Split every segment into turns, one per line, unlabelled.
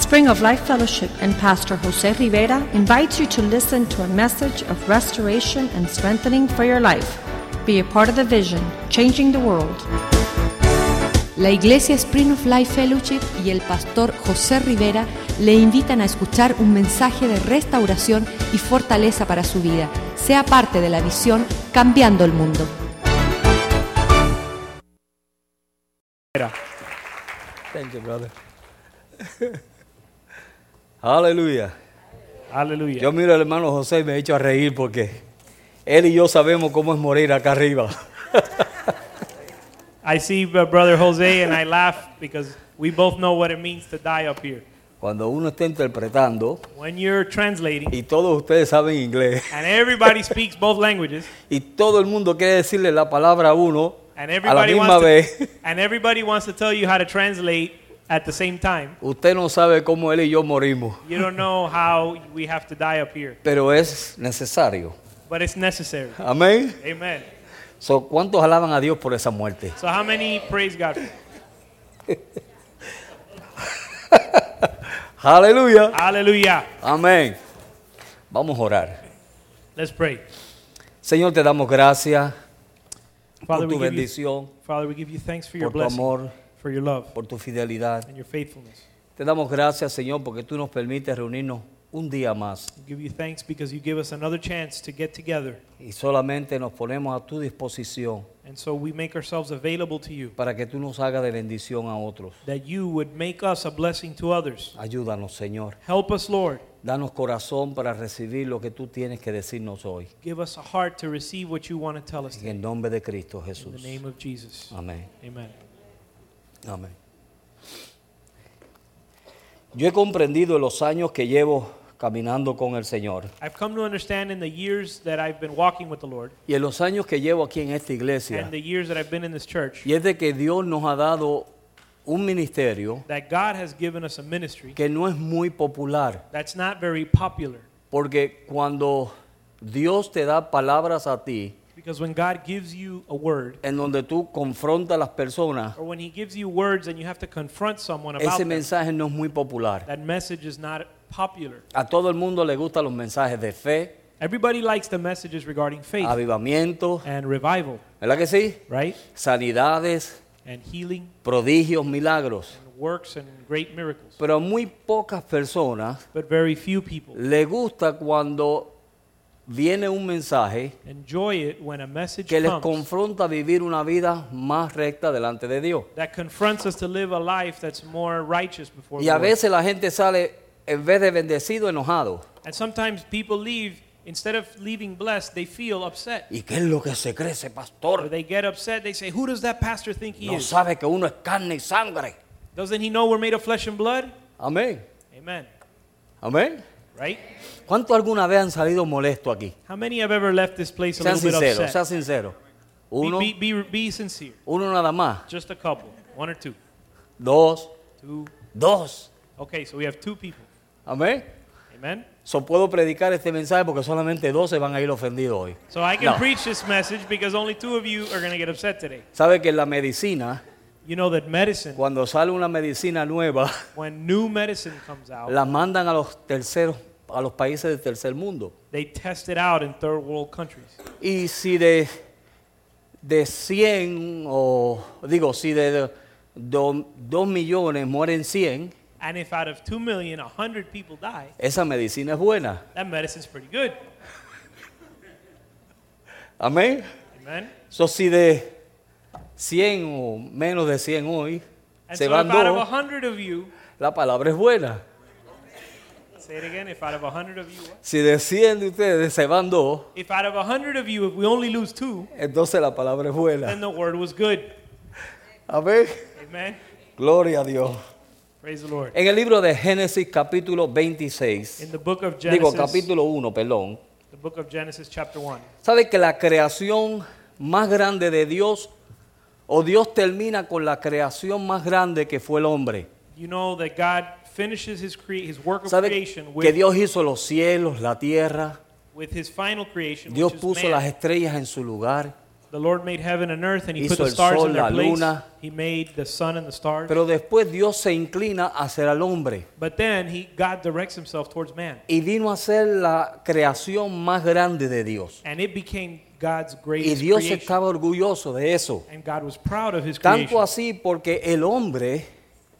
Spring of Life Fellowship and Pastor Jose Rivera invites you to listen to a message of restoration and strengthening for your life. Be a part of the vision, changing the world.
La Iglesia Spring of Life Fellowship y el pastor José Rivera le invitan a escuchar un mensaje de restauración y fortaleza para su vida. Sea parte de la visión Cambiando el Mundo.
Thank you, brother. Aleluya.
Aleluya.
Yo miro al hermano José y me he hecho a reír porque él y yo sabemos cómo es morir acá arriba.
I see uh, brother Jose and I laugh because we both know what it means to die up here.
Cuando uno está interpretando
When you're translating
y todos ustedes saben inglés
and everybody speaks both languages
y todo el mundo quiere decirle la palabra a uno
and
a la
everybody
misma
wants to,
vez,
and everybody wants to tell you how to translate at the same time.
usted no sabe cómo él y yo morimos,
You don't know how we have to die up here,
pero es necesario.
but it's necessary.
Amén.
Amen.
So, ¿Cuántos alaban a Dios por esa muerte?
So how many praise God?
Aleluya.
Hallelujah.
Amén. Vamos a orar.
Let's pray.
Señor, te damos gracias
Father,
por tu
we give you,
bendición,
Father, we give you thanks for your
por tu
blessing,
amor,
for your love
por tu fidelidad.
and your faithfulness.
Te damos gracias, Señor, porque tú nos permites reunirnos un día más
We give you thanks because you give us another chance to get together.
y solamente nos ponemos a tu disposición
And so we make ourselves available to you,
para que tú nos hagas de bendición a otros.
that you would make us a blessing to others.
Ayúdanos, Señor.
Help us, Lord.
Danos corazón para recibir lo que tú tienes que decirnos hoy.
Give us a heart to receive what you want to tell us.
En
today.
el nombre de Cristo
In the
Jesús.
name of Jesus.
Amén.
Amen.
Amén. Yo he comprendido en los años que llevo caminando con el Señor
I've come to understand in the years that I've been walking with the Lord
y en los años que llevo aquí en esta iglesia,
and the years that I've been in this church
y es de que Dios nos ha dado un ministerio
that God has given us a ministry
que no es muy popular.
that's not very popular.
Porque cuando Dios te da palabras a ti,
Because when God gives you a word,
en donde tú confrontas a las personas,
or when He gives you words and you have to confront someone about
ese
them,
mensaje no es muy popular.
that message is not popular.
A todo el mundo le gustan los mensajes de fe,
Everybody likes the messages regarding faith
avivamiento,
and revival,
¿verdad que sí?
right?
Sanidades,
And healing
prodigios, milagros.
and works and great miracles.
Pero a muy pocas personas
But very few people
le gusta cuando viene un mensaje
enjoy it when a message
que les
comes
confronta a vivir una vida más recta delante de Dios.
that confronts us to live a life that's more righteous before
Y a
God.
veces la gente sale, en vez de bendecido, enojado.
And sometimes people leave, instead of leaving blessed, they feel upset.
¿Y qué es lo que se cree ese
Or
pastor?
they get upset, they say, Who does that pastor think he
No
is?
sabe que uno es carne y sangre.
Doesn't he know we're made of flesh and blood?
Amén.
Amen.
Amén.
Right?
¿Cuántos alguna vez han salido molestos aquí?
How many have ever left this place a
Sean
little bit
sinceros, sean
upset?
sinceros.
Be,
Uno,
be, be, be sincere.
uno nada más.
Just a couple. One or two.
Dos,
Two.
dos.
Okay, so we have two people.
Amén.
Amen.
So puedo predicar este mensaje porque solamente dos se van a ir ofendidos hoy.
So I can
No.
preach this message because only two of you are going to get upset today.
Sabe que en la medicina,
You know that medicine,
cuando sale una medicina nueva,
when new medicine comes out,
la mandan a los terceros, a los países del tercer mundo.
they test it out in third world countries.
Y si de, de 100, o digo, si de 2 millones mueren 100,
And if out of 2 million, 100 people die,
esa medicina es buena.
that medicine's pretty good.
Amén.
Amen.
So, si de 100 o menos de 100 hoy
And
se
so
van
if out of
dos,
100 of you,
la palabra es buena.
say it again, if out of 100 of you, what?
Si de 100 de ustedes se van dos,
if out of 100 of you, if we only lose two,
entonces la palabra es
then
buena.
the word was good.
Amén.
Amen.
Gloria a Dios.
Praise the Lord.
En el libro de Génesis capítulo 26,
In the book of
digo
Genesis,
capítulo 1, perdón.
the book of Genesis chapter 1.
¿Sabe que la creación más grande de Dios, o Dios termina con la creación más grande que fue el hombre?
You know that God finishes his, crea- his work of
¿Sabe
creation
que
with,
Dios hizo los cielos, la tierra?
with his final creation,
Dios
which is
puso
man.
las estrellas en su lugar.
The Lord made heaven and earth, and He put the
Hizo el
stars
sol,
in their
la
place.
luna.
He made the sun and the stars.
Pero después Dios se inclina hacia el hombre
But then He God directs Himself towards man,
y vino a ser la creación más grande de Dios.
and it became God's
Y
greatest
Dios
creation.
estaba orgulloso de eso.
And God was proud of His
Tanto
creation
así porque el hombre,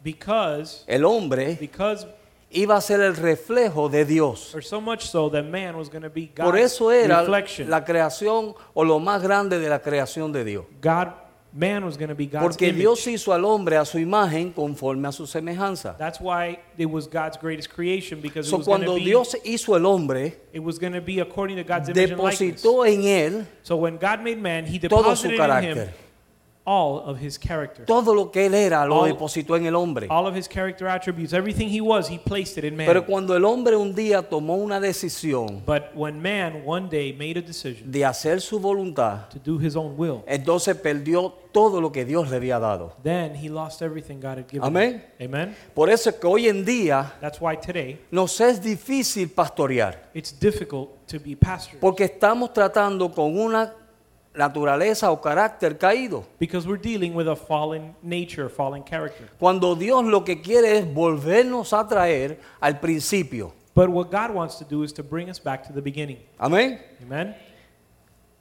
because
el hombre
because
iba a ser el reflejo de Dios.
or so much so that man was going to be God's
Por eso era
reflection.
la creación o lo más grande de la creación de Dios.
God man was going to be God's
Porque
image.
Dios hizo al hombre a su imagen conforme a su semejanza.
That's why it was God's greatest creation because it
So,
was going
cuando
to be
Dios hizo el hombre,
it was going to be according to God's image and likeness.
depositó en él
So when God made man, he
todo su
deposited in him
carácter.
all of his character.
Todo lo que él era lo
All-
depositó en el hombre.
All of his character attributes, everything he was, he placed it in man.
Pero cuando el hombre un día tomó una decisión
but when man one day made a decision
de hacer su voluntad,
to do his own will,
entonces perdió todo lo que Dios le había dado.
then he lost everything God had given
Amén.
him. Amen.
Por eso es que hoy en día
That's why today
nos es difícil pastorear,
it's difficult to be pastors
porque estamos tratando con una naturaleza o carácter caído.
because we're dealing with a fallen nature, fallen character.
Cuando Dios lo que quiere es volvernos a traer al principio.
But what God wants to do is to bring us back to the beginning.
Amén.
Amen.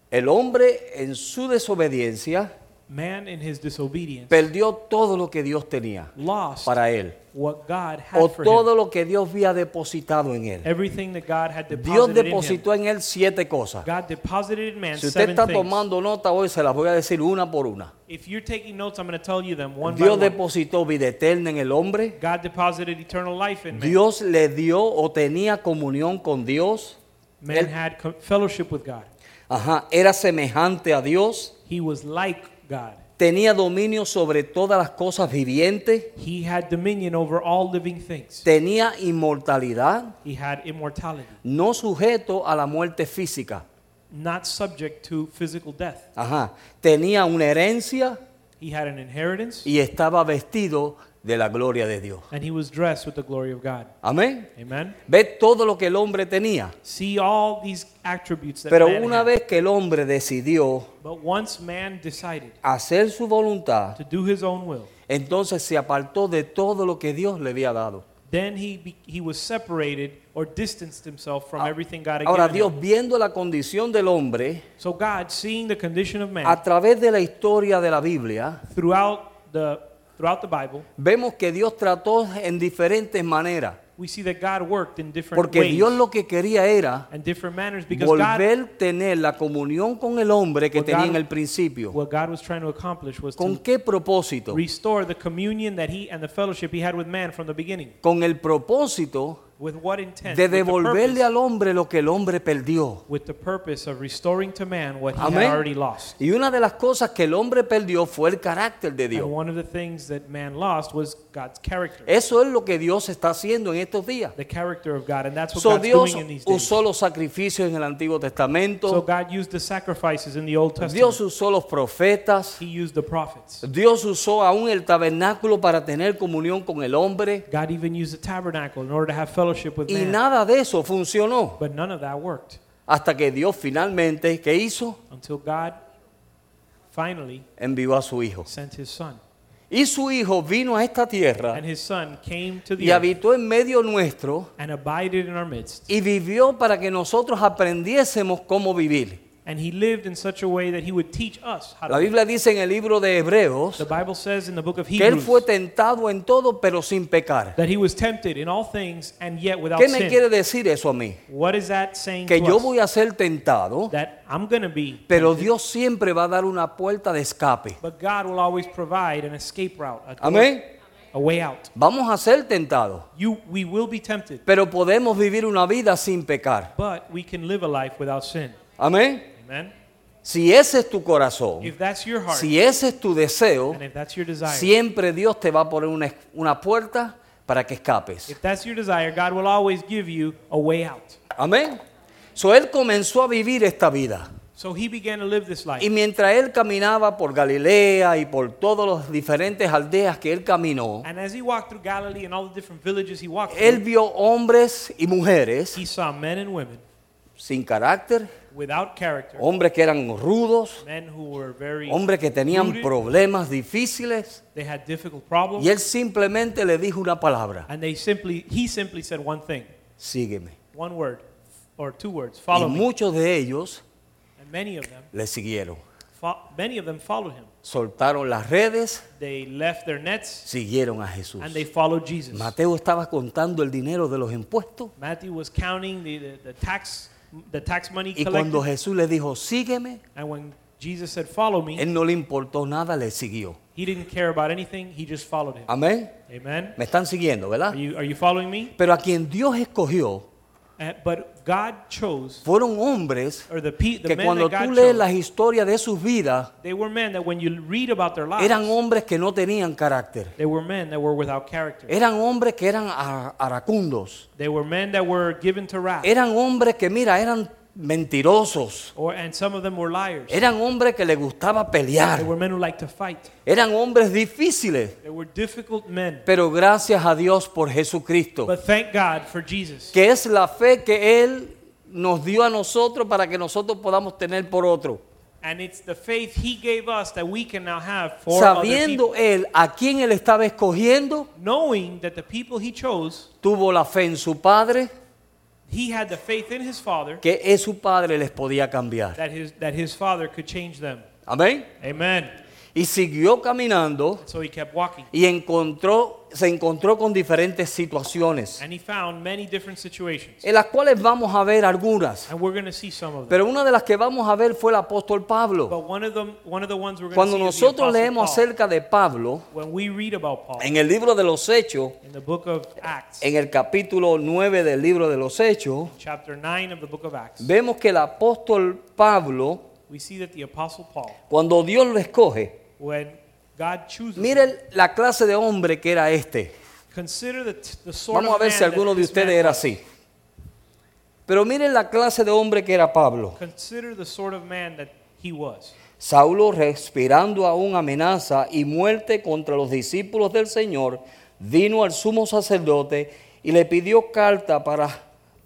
El hombre en su desobediencia
Man in his disobedience
perdió todo lo que Dios tenía
lost
para él
what God had
o
for
todo
him.
lo que Dios había depositado en él.
Everything that God had
Dios
deposited in him.
depositó en él siete cosas.
God deposited in man
Si usted
seven
está
things.
tomando nota hoy, se las voy a decir una por una.
If you're taking notes, I'm going to tell you them one
Dios
by one.
depositó vida eterna en el hombre.
God deposited eternal life in man.
Dios le dio o tenía comunión con Dios.
man
Él-
had co- fellowship with God.
Ajá, era semejante a Dios.
He was like God.
Tenía dominio sobre todas las cosas vivientes.
He had dominion over all living things.
Tenía inmortalidad,
He had immortality,
no sujeto a la muerte física.
not subject to physical death.
Ajá, tenía una herencia
He had an inheritance,
y estaba vestido de la gloria de Dios.
and he was dressed with the glory of God.
Amén.
Amen.
Ve todo lo que el hombre tenía.
See all these attributes that
Pero
man
una
had.
vez que el hombre decidió
But once man decided
hacer su voluntad,
to do his own will,
entonces se apartó de todo lo que Dios le había dado.
then he be, he was separated or distanced himself from everything God had
Ah. Ahora
given him.
Dios viendo la condición del hombre
So God, seeing the condition of man
a través de la historia de la Biblia,
throughout the throughout the Bible,
vemos que Dios trató en diferentes maneras,
we see that God worked in different
porque
ways
Dios lo que quería era
and different manners because God,
volver a tener la comunión con el hombre que
What
tenía
God-
en el principio.
what God was trying to accomplish was
¿Con
to
qué propósito?
restore the communion that he and the fellowship he had with man from the beginning.
Con el propósito
With what intent?
de
with, the
devolverle
purpose,
al hombre lo que el hombre perdió.
with the purpose of restoring to man what he
Amén.
had already lost.
Y una de las cosas que el hombre perdió fue el carácter de Dios. Eh.
And one of the things that man lost was God's character.
Eso es lo que Dios está haciendo en estos días.
the character of God, and that's what
So
God's
Dios
doing in these days.
usó los sacrificios en el Antiguo
so
Testamento.
God used the sacrifices in the Old Testament.
Dios usó los profetas.
he used the prophets.
Dios usó aún el tabernáculo para tener comunión con el hombre.
God even used the tabernacle in order to have fellowship with
Y
man.
nada de eso funcionó.
but none of that worked
Hasta que Dios finalmente, ¿qué hizo?
until God finally
Envió a su hijo.
sent his son.
Y su hijo vino a esta tierra
And his son came to
y
the earth
habitó en medio nuestro
and abided in our midst.
y vivió para que nosotros aprendiésemos cómo vivir.
And he lived in such a way that he would teach us how
La
to live.
Biblia dice en el libro de Hebreos
The Bible says in the book of
que él
Hebrews
fue tentado en todo pero sin pecar.
that he was tempted in all things and yet without
¿Qué me
sin.
quiere decir eso a mí?
What is that saying
Que
to
yo
us?
voy a ser tentado,
that I'm going to be.
pero
tempted,
Dios siempre va a dar una puerta de escape.
but God will always provide an escape route, a, door,
Amén.
a way out.
Vamos a ser tentados,
You, we will be tempted,
pero podemos vivir una vida sin pecar.
but we can live a life without sin.
Amén.
Amen.
Si ese es tu corazón,
If that's your heart,
si ese es tu deseo,
and if that's your desire,
siempre Dios te va a poner una, una puerta para que escapes.
if that's your desire, God will always give you a way out.
Amén. So él comenzó a vivir esta vida.
So he began to live this life.
Y mientras él caminaba por Galilea y por todas las diferentes aldeas que él caminó,
and as he walked through Galilee and all the different villages he walked
él
through,
vio hombres y mujeres
he saw men and women
sin carácter,
without character,
hombres que eran rudos,
men who were very
hombres Oh. que tenían
rooted,
problemas difíciles.
they had difficult problems,
Y él simplemente le dijo una palabra,
and they simply he simply said one thing,
sígueme.
one word or two words,
Y
follow me.
muchos de ellos
And many of them
le siguieron.
fo- many of them followed him.
Soltaron las redes,
They left their nets
siguieron a Jesús.
and they followed Jesus.
Mateo estaba contando el dinero de los impuestos
Matthew was counting the, the, the tax the tax money
y cuando
collected,
Jesús le dijo, sígueme,
and when Jesus said follow me,
él no le importó nada, le siguió.
he didn't care about anything, he just followed him.
Amén.
Amen.
Me están siguiendo, ¿verdad?
Are you are you following me?
Pero a quien Dios escogió
Uh, but God chose
fueron hombres
or the pe- the
que
men
cuando
that
tú
God
lees
chose,
las historias de sus vidas,
they were men that when you read about their lives,
eran hombres que no tenían carácter.
they were men that were without character.
Eran hombres que eran ara- aracundos.
They were men that were given to wrath.
Eran hombres que, mira, eran mentirosos.
or and some of them were liars.
Eran hombres que les gustaba
They
pelear.
were men who liked to fight.
Eran hombres difíciles.
They were difficult men.
Pero gracias a Dios por Jesucristo,
But thank God for Jesus.
que es la fe que Él nos dio a nosotros para que nosotros podamos tener por otro.
And it's the faith he gave us that we can now have for other
Sabiendo
people.
Él a quién Él estaba escogiendo,
Knowing that the people he chose,
tuvo la fe en su Padre,
he had the faith in his father
que es su Padre les podía cambiar.
that his that his father could change them.
Amén.
Amen.
Y siguió caminando
So he kept walking.
y encontró, se encontró con diferentes situaciones,
And he found many different situations.
en las cuales vamos a ver algunas.
And we're going to see some of them.
Pero una de las que vamos a ver fue el apóstol Pablo.
But one of them one of the ones we're going to see
Cuando
is the
nosotros
Apostle
leemos
Paul.
acerca de Pablo,
when we read about Paul
en el libro de los Hechos,
in the book of Acts,
en el capítulo 9 del libro de los Hechos,
chapter 9 of the book of Acts,
vemos que el apóstol Pablo,
we see that the apostle Paul,
cuando Dios lo escoge,
when God chooses, him,
miren la clase de hombre que era este.
consider the, t- the sort
Vamos a
of
ver
man
si alguno
that
de
this man
ustedes era
was.
así. Pero miren la clase de hombre que era Pablo.
Consider the sort of man that he was.
Saulo, respirando aún amenaza y muerte contra los discípulos del Señor, vino al sumo sacerdote y le pidió carta para,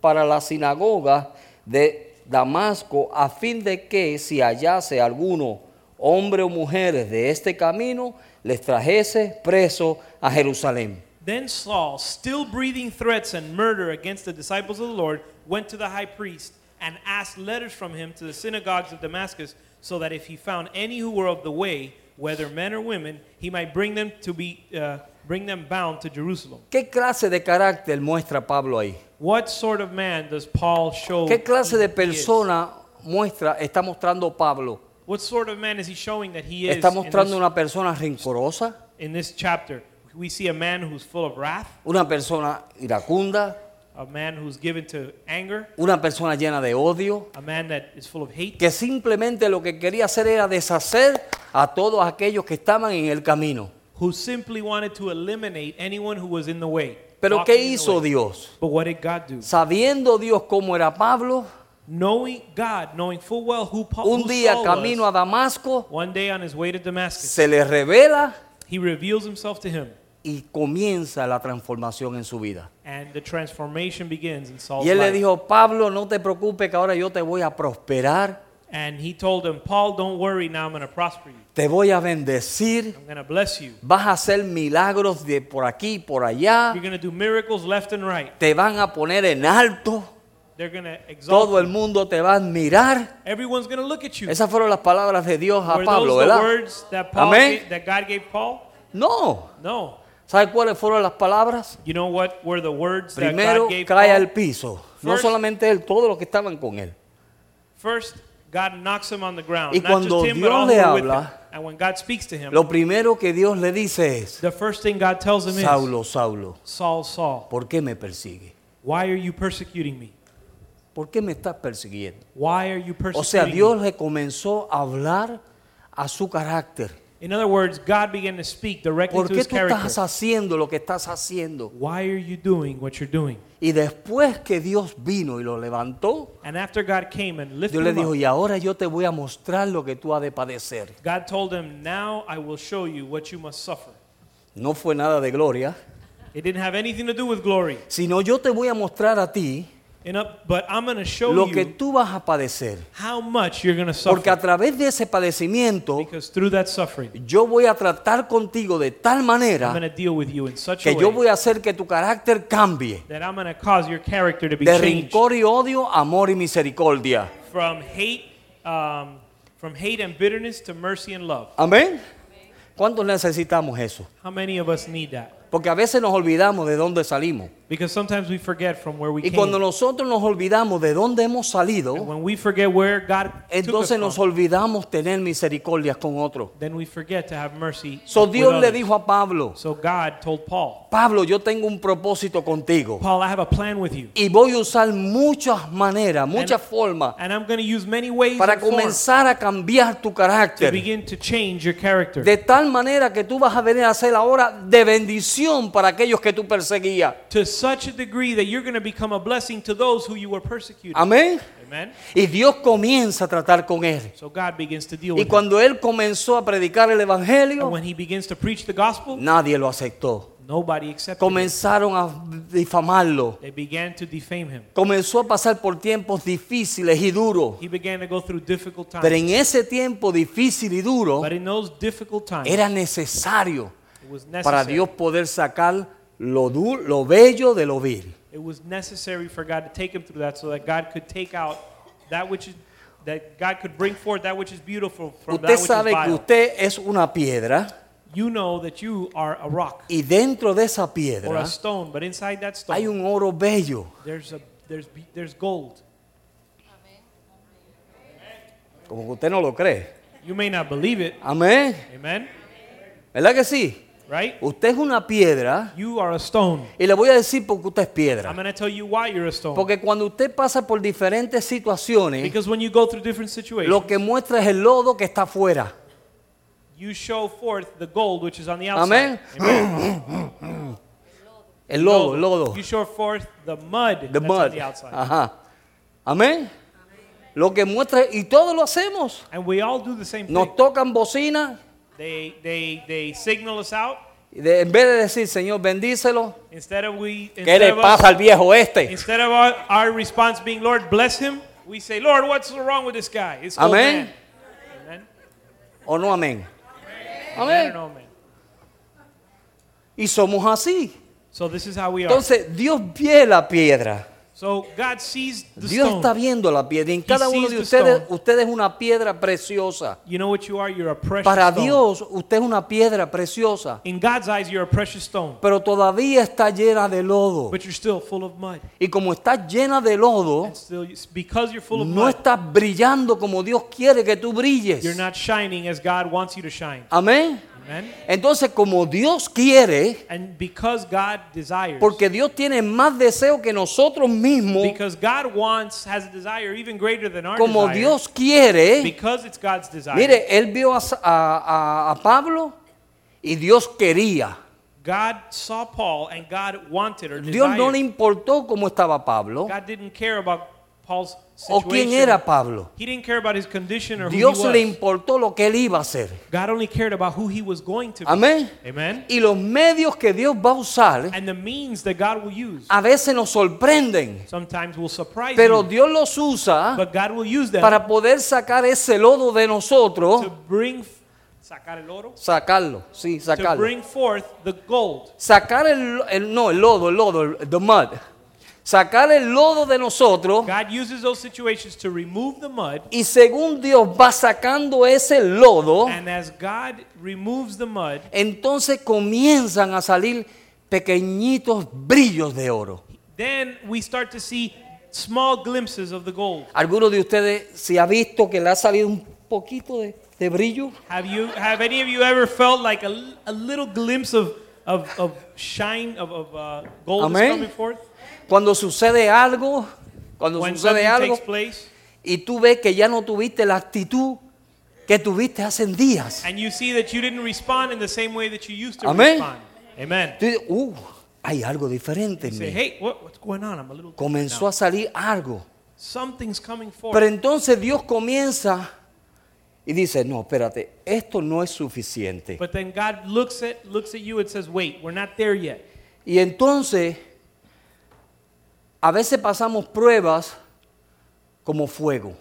para la sinagoga de Damasco, a fin de que si hallase alguno, hombre o mujeres de este camino, les trajese preso a Jerusalén.
Then Saul, still breathing threats and murder against the disciples of the Lord, went to the high priest and asked letters from him to the synagogues of Damascus, so that if he found any who were of the way, whether men or women, he might bring them to be uh, bring them bound to Jerusalem.
¿Qué clase de carácter muestra Pablo ahí?
What sort of man does Paul show?
¿Qué clase de
he is?
persona muestra, está mostrando Pablo?
What sort of man is he showing that he is?
¿Está
in,
mostrando
this,
una persona rencorosa?
in this chapter, we see a man who's full of wrath,
una persona iracunda,
a man who's given to anger,
una persona llena de odio,
a man that is full of hate,
que simplemente lo que quería hacer era deshacer a todos aquellos que estaban en el camino.
who simply wanted to eliminate anyone who was in the way.
Pero
blocking
¿qué
in the
hizo
way.
Dios?
But what did God do?
Sabiendo Dios cómo era Pablo,
Knowing God, knowing full well who Paul
un
who
día
Saul
camino a
was,
Damasco,
one day on his way to Damascus,
se le revela
he reveals himself to him,
y comienza la transformación en su vida.
and the transformation begins in Saul's
Y él le
life.
dijo, Pablo, no te preocupes que ahora yo te voy a prosperar,
And he told him, Paul, don't worry, now I'm going to prosper you.
te voy a bendecir,
I'm going to bless you.
vas a hacer milagros de por aquí, por allá,
You're going to do miracles left and right.
te van a poner en alto.
They're going to exalt
Todo el mundo te va a admirar.
you. Everyone's going to look at you.
Esas fueron las palabras de Dios a
Were
Pablo,
those the
¿verdad?
words that, Paul
Amén.
gave- that God gave Paul?
No.
No.
¿Sabes cuáles fueron las palabras?
You know what were the words that
Primero,
God gave
cae
Paul?
al piso. No
First-
solamente él, todos los que estaban con él.
First, God knocks him on the ground.
Y
Not just
cuando
him,
Dios
but all
le
who were with
habla,
him. And when God speaks to him,
Lo primero que Dios le dice es,
the first thing God tells him is,
Saulo, Saulo,
Saul, Saul,
¿por qué me persigue?
why are you persecuting me?
¿Por qué me estás persiguiendo?
Why are you
O
persecuting
sea, Dios
me?
le comenzó a hablar a su carácter.
In other words, God began to speak directly
¿Por
to
qué
his
tú
character.
estás haciendo lo que estás haciendo?
Why are you doing what you're doing?
Y después que Dios vino y lo levantó,
And after God came and lifted
Dios le
him
dijo,
up,
y ahora yo te voy a mostrar lo que tú has de padecer.
God told him, Now I will show you what you must suffer.
No fue nada de gloria,
It didn't have anything to do with glory.
sino yo te voy a mostrar a ti
And up, but I'm going to show
lo que
you
tú vas a padecer.
how much you're going to suffer.
Porque a través de ese padecimiento,
because through that suffering,
yo voy a tratar contigo de tal
I'm going
manera
to deal with you in such
que
a way
yo voy a hacer que tu carácter cambie
that I'm going to cause your character to be
de
changed
rencor y odio a amor y misericordia.
from hate, um, from hate and bitterness to mercy and love.
Amén. ¿Cuántos necesitamos eso?
How many of us need that?
Porque a veces nos olvidamos de dónde salimos.
Because sometimes we forget from where we
Y
came.
cuando nosotros nos olvidamos de dónde
and
hemos salido,
when we forget where God took us
entonces
from,
nos olvidamos tener misericordia con otros.
then we forget to have mercy.
So
with
Dios le
others.
dijo a Pablo,
so God told Paul,
Pablo, yo tengo un propósito contigo.
Paul, I have a plan with you.
Y voy a usar muchas maneras, muchas formas
And I'm going to use many ways
para
and forms
comenzar a cambiar tu
to
carácter.
begin to change your character.
De tal manera que tú vas a venir a ser ahora de bendición para aquellos que tú perseguías.
to such a degree that you're going to become a blessing to those who you were persecuted.
Amén.
Amen.
Y Dios comienza a tratar con él.
So God begins to deal
Y
with him.
cuando él comenzó a predicar el
And
evangelio,
when he begins to preach the gospel,
nadie lo aceptó.
nobody accepted him.
Comenzaron a difamarlo.
They began to defame him.
Comenzó a pasar por tiempos difíciles y duros.
He began to go through difficult times.
Pero en ese tiempo difícil y duro
but in those difficult times,
era necesario
it was
para
necessary.
Dios poder sacar lo, du- lo bello de lo vil.
It was necessary for God to take him through that so that God could take out that which is that God could bring forth that which is beautiful from that
Usted
which is
sabe que
vile.
usted es una piedra
you know that you are a rock
y dentro de esa
or
piedra
a stone, but inside that stone
hay un oro bello.
there's a there's be- there's gold.
Como que usted no lo cree.
You may not believe it.
Amén.
Amen.
¿Verdad que sí?
Right?
Usted es una piedra
You are a stone.
y le voy a decir por qué usted es
I'm
piedra.
going to tell you why you're a stone.
Porque cuando usted pasa por diferentes situaciones,
because when you go through different situations,
lo que muestra es el lodo que está afuera.
you show forth the gold which is on the outside.
Amén. El lodo, el lodo.
You show forth the mud that's
The
on
mud. Ah.
the outside.
Ajá. Amén. Lo que muestra, y todos lo hacemos.
And we all do the same thing.
Nos tocan bocina,
They, they, they signal us out.
y de- en vez de decir, Señor, bendícelo.
Instead of we,
¿Qué
instead
le
of, us,
pasa al viejo este?
instead of our, our response being, Lord, bless him, we say, Lord, what's wrong with this guy? It's old
Amén.
man." Amen.
¿O no, amén?
Amen.
Amén.
and amen.
Y somos así.
So this is how we are.
Entonces, Dios ve la piedra.
So God sees the
Dios
stone.
está viendo la piedra. Y en cada uno
sees
de
the
ustedes,
stone.
usted es una piedra preciosa.
You know what you are? You're a precious
Para
stone.
Dios, usted es una piedra preciosa.
In God's eyes, you're a precious stone,
Pero todavía está llena de lodo.
but you're still full of mud.
Y como está llena de lodo,
And still, you- because you're full of
no
mud,
estás brillando como Dios quiere que tú
you're
brilles.
not shining as God wants you to shine.
Amén.
Amen.
Entonces, como Dios quiere,
And because God desires,
porque Dios tiene más deseo que nosotros mismos,
because God wants, has a desire even greater than our
como
desire,
Dios quiere,
because it's God's desire,
mire, él vio a, Sa- a- a- a Pablo y Dios quería.
God saw Paul and God wanted or
Dios
desired.
no le importó cómo estaba Pablo
God didn't care about Paul's
o
situation.
quién era Pablo.
He didn't care about his condition or
Dios
who
le
he was.
importó lo que él iba a hacer.
God only cared about who he was going to be.
Amén.
Amen.
Y los medios que Dios va a usar
And the means that God will use
a veces nos sorprenden,
sometimes will surprise
Ah. pero
you.
Dios los usa
But God will use them
para poder sacar ese lodo de
to
nosotros,
bring f- sacar el oro,
sacarlo, sí,
to
sacarlo.
bring forth the gold,
Sacar el, el- no, el lodo, el lodo, el- the mud. Sacar el lodo de nosotros
God uses those situations to remove the mud,
y según Dios va sacando ese lodo,
and as God removes the mud,
entonces comienzan a salir pequeñitos brillos de oro.
then we start to see small glimpses of the gold.
¿Alguno de ustedes se ha visto que le ha salido un poquito de, de brillo?
Have you have any of you ever felt like a, l- a little glimpse of of, of shine of, of uh, gold
Amén.
is coming forth
Cuando sucede algo, cuando
when
sucede
something
algo,
takes place
y tú ves que ya no tuviste la actitud que tuviste hace días.
and you see that you didn't respond in the same way that you used to
Amén.
respond. Amen.
Tú dices, "Uh, hay algo diferente en
Say,
mí.
hey, what, what's going on? I'm a little different
Comenzó a
now.
salir algo.
Something's coming forth.
Pero entonces Dios comienza y dice, no, espérate, esto no es suficiente.
But then God looks at looks at you and says, "Wait, we're not there yet."
Y entonces A veces pasamos pruebas como fuego.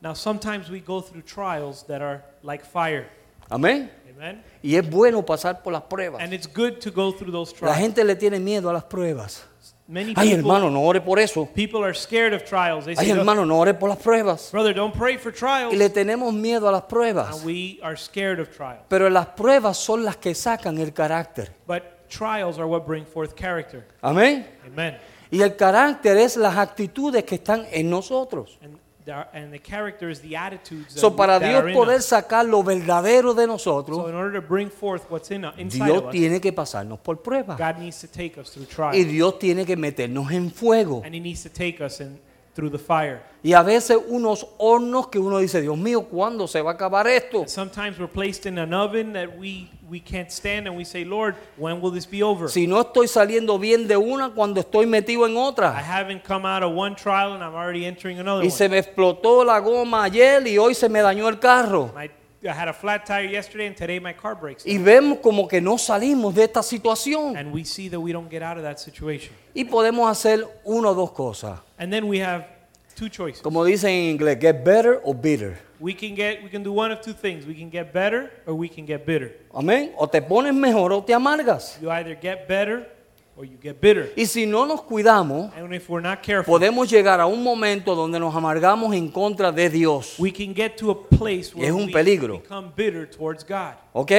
Now, sometimes we go through trials that are like fire.
Amén.
Amen?
Y es bueno pasar por las pruebas.
And it's good to go through those
La
trials.
gente le tiene miedo a las pruebas.
Many
Ay,
people,
hermano, no ore por eso.
people are scared of trials. They
Ay,
say, "Oh,
hermano, no ore por las pruebas.
brother, don't pray for
Y
trials.
le tenemos miedo a las pruebas.
And Ah, we are scared of trials.
Pero las pruebas son las que sacan el carácter.
But trials are what bring forth character.
Amén.
Amen.
Y el carácter es las actitudes que están en nosotros.
And the, and the character is the attitudes that,
So, para
that
Dios
are in
poder
us.
sacar lo verdadero de
So
nosotros,
in order to bring forth what's in, inside
Dios
of us,
tiene que pasarnos por pruebas.
God needs to take us through trials.
Y Dios tiene que meternos en fuego.
And he needs to take us in, through the fire.
Y a veces unos hornos que uno dice, Dios mío, ¿cuándo se va a acabar esto?
And sometimes we're placed in an oven that we, we can't stand and we say, Lord, when will this be over?
Si no estoy saliendo bien de una cuando estoy metido en
I
otra.
haven't come out of one trial and I'm already entering another
Y
one.
se me explotó la goma ayer y hoy se me dañó el carro.
I, I had a flat tire yesterday and today my car breaks.
Y vemos como que no salimos de esta situación.
And we see that we don't get out of that situation.
Y podemos hacer una o dos cosas.
And then we have two choices.
Como dicen en inglés, get better o bitter.
We can get we can do one of two things. We can get better or we can get bitter.
Amén. O te pones mejor o te amargas.
You either get better or you get bitter.
Y si no nos cuidamos,
And if we're not careful,
podemos llegar a un momento donde nos amargamos en contra de Dios.
we can get to a place
Es
where
un
we
peligro.
become bitter towards God,
¿Ok?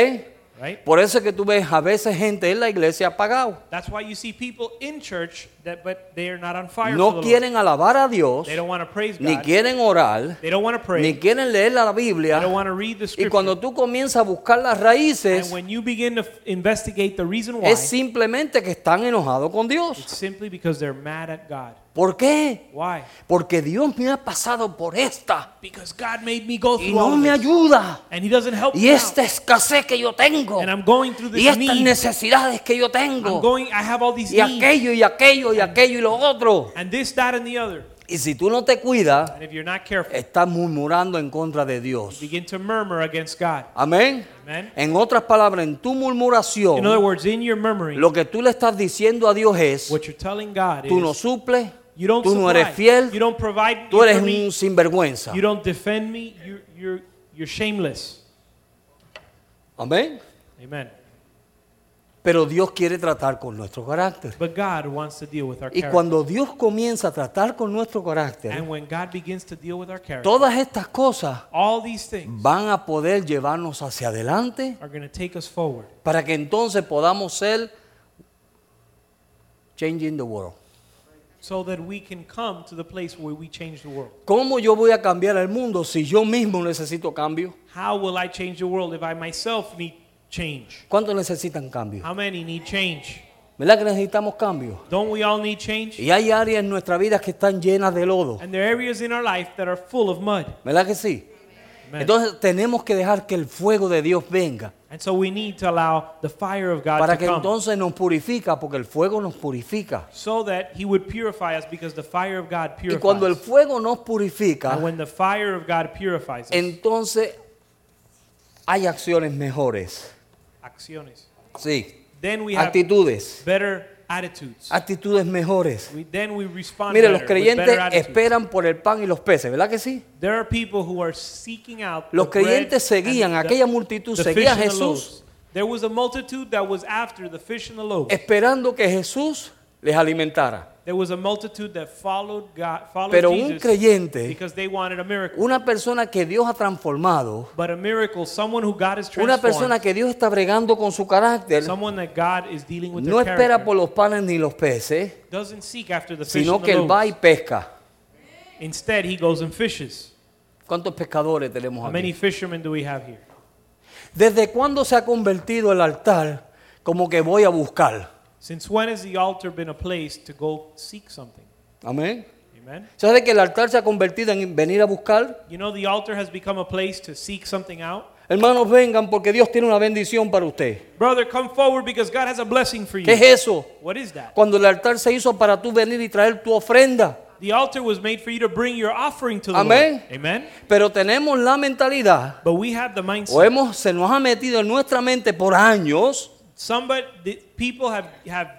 right?
Por eso es que tú ves a veces gente en la iglesia apagado.
That's why you see people in church that but they are not on fire for
No
the Lord.
quieren alabar a Dios,
They don't want to praise
ni
God.
quieren orar,
They don't want to pray.
ni quieren leer la
They don't
Biblia.
want to read the
Y
scripture.
cuando tú comienzas a buscar las raíces,
and when you begin to f- investigate the reason why,
es simplemente que están enojados con
it's
Dios.
simply because they're mad at God.
¿Por qué?
Why?
Porque Dios me ha pasado por esta
Because God made me go
y
through all
no
of
me
this.
ayuda.
and he doesn't help
Y
me out.
esta escasez que yo tengo.
and I'm going through this
Y estas
need.
necesidades que yo
I'm
tengo.
going. I have all these
Y
needs,
aquello y aquello y aquello y lo otro.
and this, that, and the other.
Y si tú no te cuidas,
And if you're not careful,
estás murmurando en contra de Dios.
begin to murmur against God.
Amén.
Amen.
En otras palabras, en tu
In other
murmuración,
words, in your murmuring,
lo que tú le estás diciendo a Dios es,
what you're telling God
tú no
is,
suples,
you don't
tú no
supply,
eres fiel,
you don't provide
tú eres
for me,
un sinvergüenza.
you don't defend me, you're you're you're shameless.
Amén.
Amen.
Pero Dios quiere tratar con nuestro carácter.
But God wants to deal with our
Y
character,
cuando Dios comienza a tratar con nuestro carácter,
and when God begins to deal with our character,
todas estas cosas
all these things
van a poder llevarnos hacia adelante
are going to take us forward,
para que entonces podamos ser changing the world.
so that we can come to the place where we change the world.
¿Cómo yo voy a cambiar el mundo si yo mismo necesito cambio?
How will I change the world if I myself need change?
¿Cuántos necesitan cambio?
How many need change?
¿Verdad que necesitamos cambio?
Don't we all need change?
Y hay áreas en nuestra vida que están llenas de lodo.
And there are areas in our life that are full of mud.
¿Verdad que sí?
Amen.
Entonces tenemos que dejar que el fuego de Dios venga
And so we need to allow the fire of God
para
to
que
come
entonces nos purifica, porque el fuego nos purifica.
so that he would purify us because the fire of God
Y
purifies.
cuando el fuego nos
and
purifica,
when the fire of God purifies us,
entonces hay acciones mejores.
acciones.
Sí.
Then we have
Actitudes.
better attitudes.
Actitudes mejores.
We, then we respond
Mire,
better
los
with
creyentes
better attitudes.
esperan por el pan y los peces, ¿verdad que sí?
There are people who are seeking out
Los
the bread
creyentes seguían,
and the-
aquella multitud
the
seguía a
fish and the
Jesús.
loaves. There was a multitude that was after the fish and the loaves.
Esperando que Jesús les alimentara.
There was a multitude that followed God, followed
Pero un
Jesus
creyente-
because they wanted a miracle.
Una persona que Dios ha transformado,
But a miracle, someone who God is
una
transformed,
persona que Dios está bregando con su carácter,
someone that God is dealing with
no
their character,
espera por los panes ni los peces,
doesn't seek after the fish
sino
and
que
the
él va y
loaves.
pesca.
Instead, he goes and fishes.
¿Cuántos pescadores tenemos
How
aquí?
many fishermen do we have here?
¿Desde cuándo se ha convertido el altar como que voy a buscar?
Since when has the altar been a place to go seek something?
Amén.
Amen.
¿Sabe que el altar se ha convertido en venir a buscar?
You know, the altar has become a place to seek something out.
Hermanos, vengan porque Dios tiene una bendición para usted.
Brother, come forward because God has a blessing for you.
¿Qué es eso?
What is that?
Cuando el altar se hizo para tú venir y traer tu ofrenda.
The altar was made for you to bring your offering to the
Amén.
Lord. Amen.
Pero tenemos la mentalidad,
But we have the mindset.
o hemos, se nos ha metido en nuestra mente por años,
Somebody, the people have have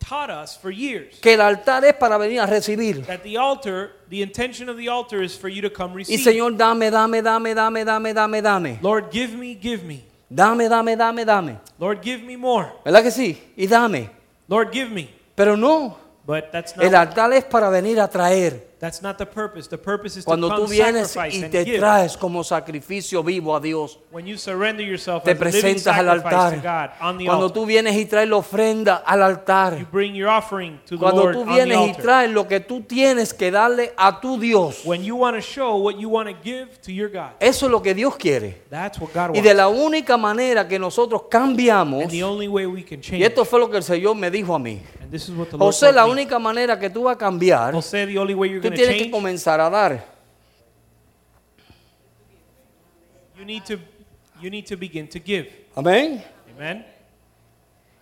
taught us for years
que el altar es para venir a recibir.
that the altar, the intention of the altar is for you to come
Y
receive.
Señor, dame, dame, dame, dame, dame, dame, dame.
Lord, give me, give me.
Dame, dame, dame, dame.
Lord, give me more.
¿Verdad que sí? Y dame.
Lord, give me.
Pero no,
But that's not
el altar es para venir a traer.
that's not the purpose. The purpose is
Cuando
to
tú
come
vienes
sacrifice
y
and
te
give.
traes como sacrificio vivo a Dios,
When you surrender yourself
te
as a living
presentas al
sacrifice to God
altar.
on the
Cuando
altar,
tú vienes y traes la ofrenda al
you
altar.
bring your offering to the
Cuando
Lord
tú
on the
vienes y
altar.
traes lo que tú tienes que darle a tu Dios.
When you want to show what you want to give to your God,
Eso es lo que Dios quiere.
that's what God
Y
wants.
de la única manera que nosotros cambiamos,
and the only way we can change.
y esto fue lo que el Señor me dijo a mí,
and this is what the Lord
José, la
told me.
única manera que tú vas a cambiar,
Jose, the only way you're
tú
going to
tienes que
change,
comenzar a dar.
you need to you need to begin to give.
Amén.
Amen.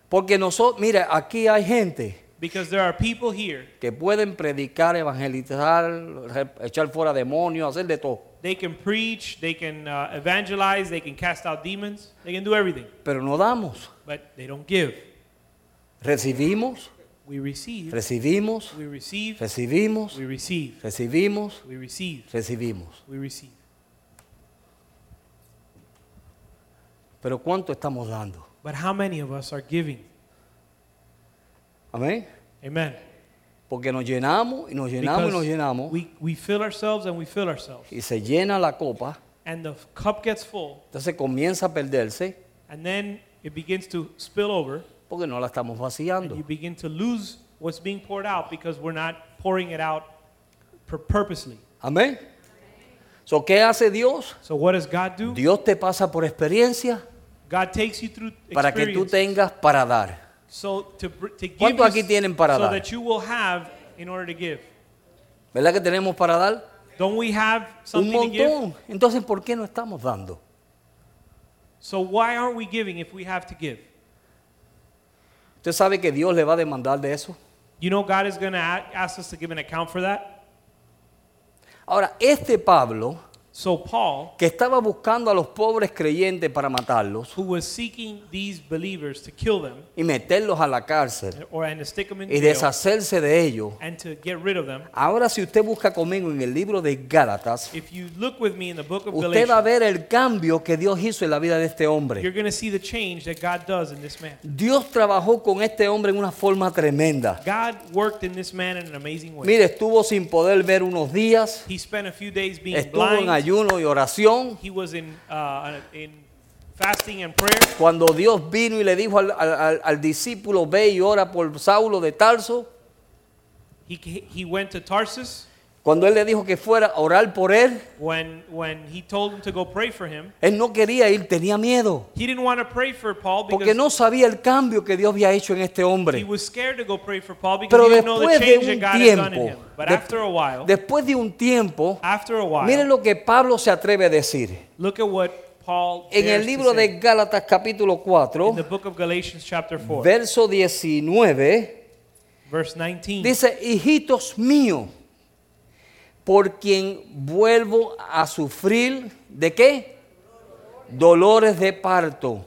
Porque nosotros, mira, aquí hay gente
Because there are people here,
que pueden predicar, evangelizar, re- echar fuera demonios, hacer de todo,
they can preach, they can uh, evangelize, they can cast out demons, they can do everything,
pero no damos.
but they don't give.
Recibimos,
We receive,
recibimos,
we receive,
recibimos,
we receive,
recibimos,
we receive,
recibimos.
we receive.
Pero ¿cuánto estamos dando?
But how many of us are giving?
Amén.
Amen.
Porque nos llenamos y nos llenamos y nos
Because
llenamos.
we, we fill ourselves and we fill ourselves.
y se llena la copa,
And the cup gets full,
entonces comienza a perderse
and then it begins to spill over,
porque no la estamos
and
vaciando.
you begin to lose what's being poured out because we're not pouring it out pur- purposely.
Amén. So, ¿Qué hace Dios?
So what does God do?
Dios te pasa por experiencia
God takes you through
para que tú
experiences.
tengas para dar.
So to, br- to give
¿Cuánto
you
aquí
s-
tienen para
so
dar?
that you will have in order to give.
¿Verdad que tenemos para dar?
Don't we have
Un
something to give?
montón. Entonces, ¿por qué no estamos dando?
So why aren't we giving if we have to give?
¿Usted sabe que Dios le va a demandar de eso?
You know God is going to ask us to give an account for that.
Ahora, este Pablo,
So Paul,
que estaba buscando a los pobres creyentes para matarlos
who was seeking these believers to kill them
y meterlos a la cárcel
or and to stick them in
y
jail
deshacerse de ellos,
and to get rid of them,
ahora si usted busca conmigo en el libro de Gálatas,
if you look with me in the book of
Usted va a
Galatians,
ver el cambio que Dios hizo en la vida de este
you're
hombre.
going to see the change that God does in this man.
Dios trabajó con este hombre en una forma tremenda.
God worked in this man in an amazing way.
Mire, estuvo sin poder ver unos días,
He spent a few days being
estuvo en
blind.
ayuno y oración.
He was in, uh, in fasting and prayer.
Cuando Dios vino y le dijo al, al- al- al discípulo, ve y ora por Saulo de Tarso,
He, he went to Tarsus.
cuando él le dijo que fuera a orar por él,
When, when he told him to go pray for him,
él no quería ir, tenía miedo,
he didn't want to pray for Paul
porque
because
no sabía el cambio que Dios había hecho en este
he
hombre.
was scared to go pray for Paul because
Pero
he didn't know the
después de
change that
un
God had done in him.
tiempo,
But
de-
after a while,
después de un tiempo,
after a while,
miren lo que Pablo se atreve a decir.
look at what Paul
En
dares
el
to
libro
say.
de Gálatas capítulo
in the
4,
book of Galatians chapter 4,
verso 19,
verse 19.
dice, hijitos míos, por quien vuelvo a sufrir, ¿de qué? Dolores de parto,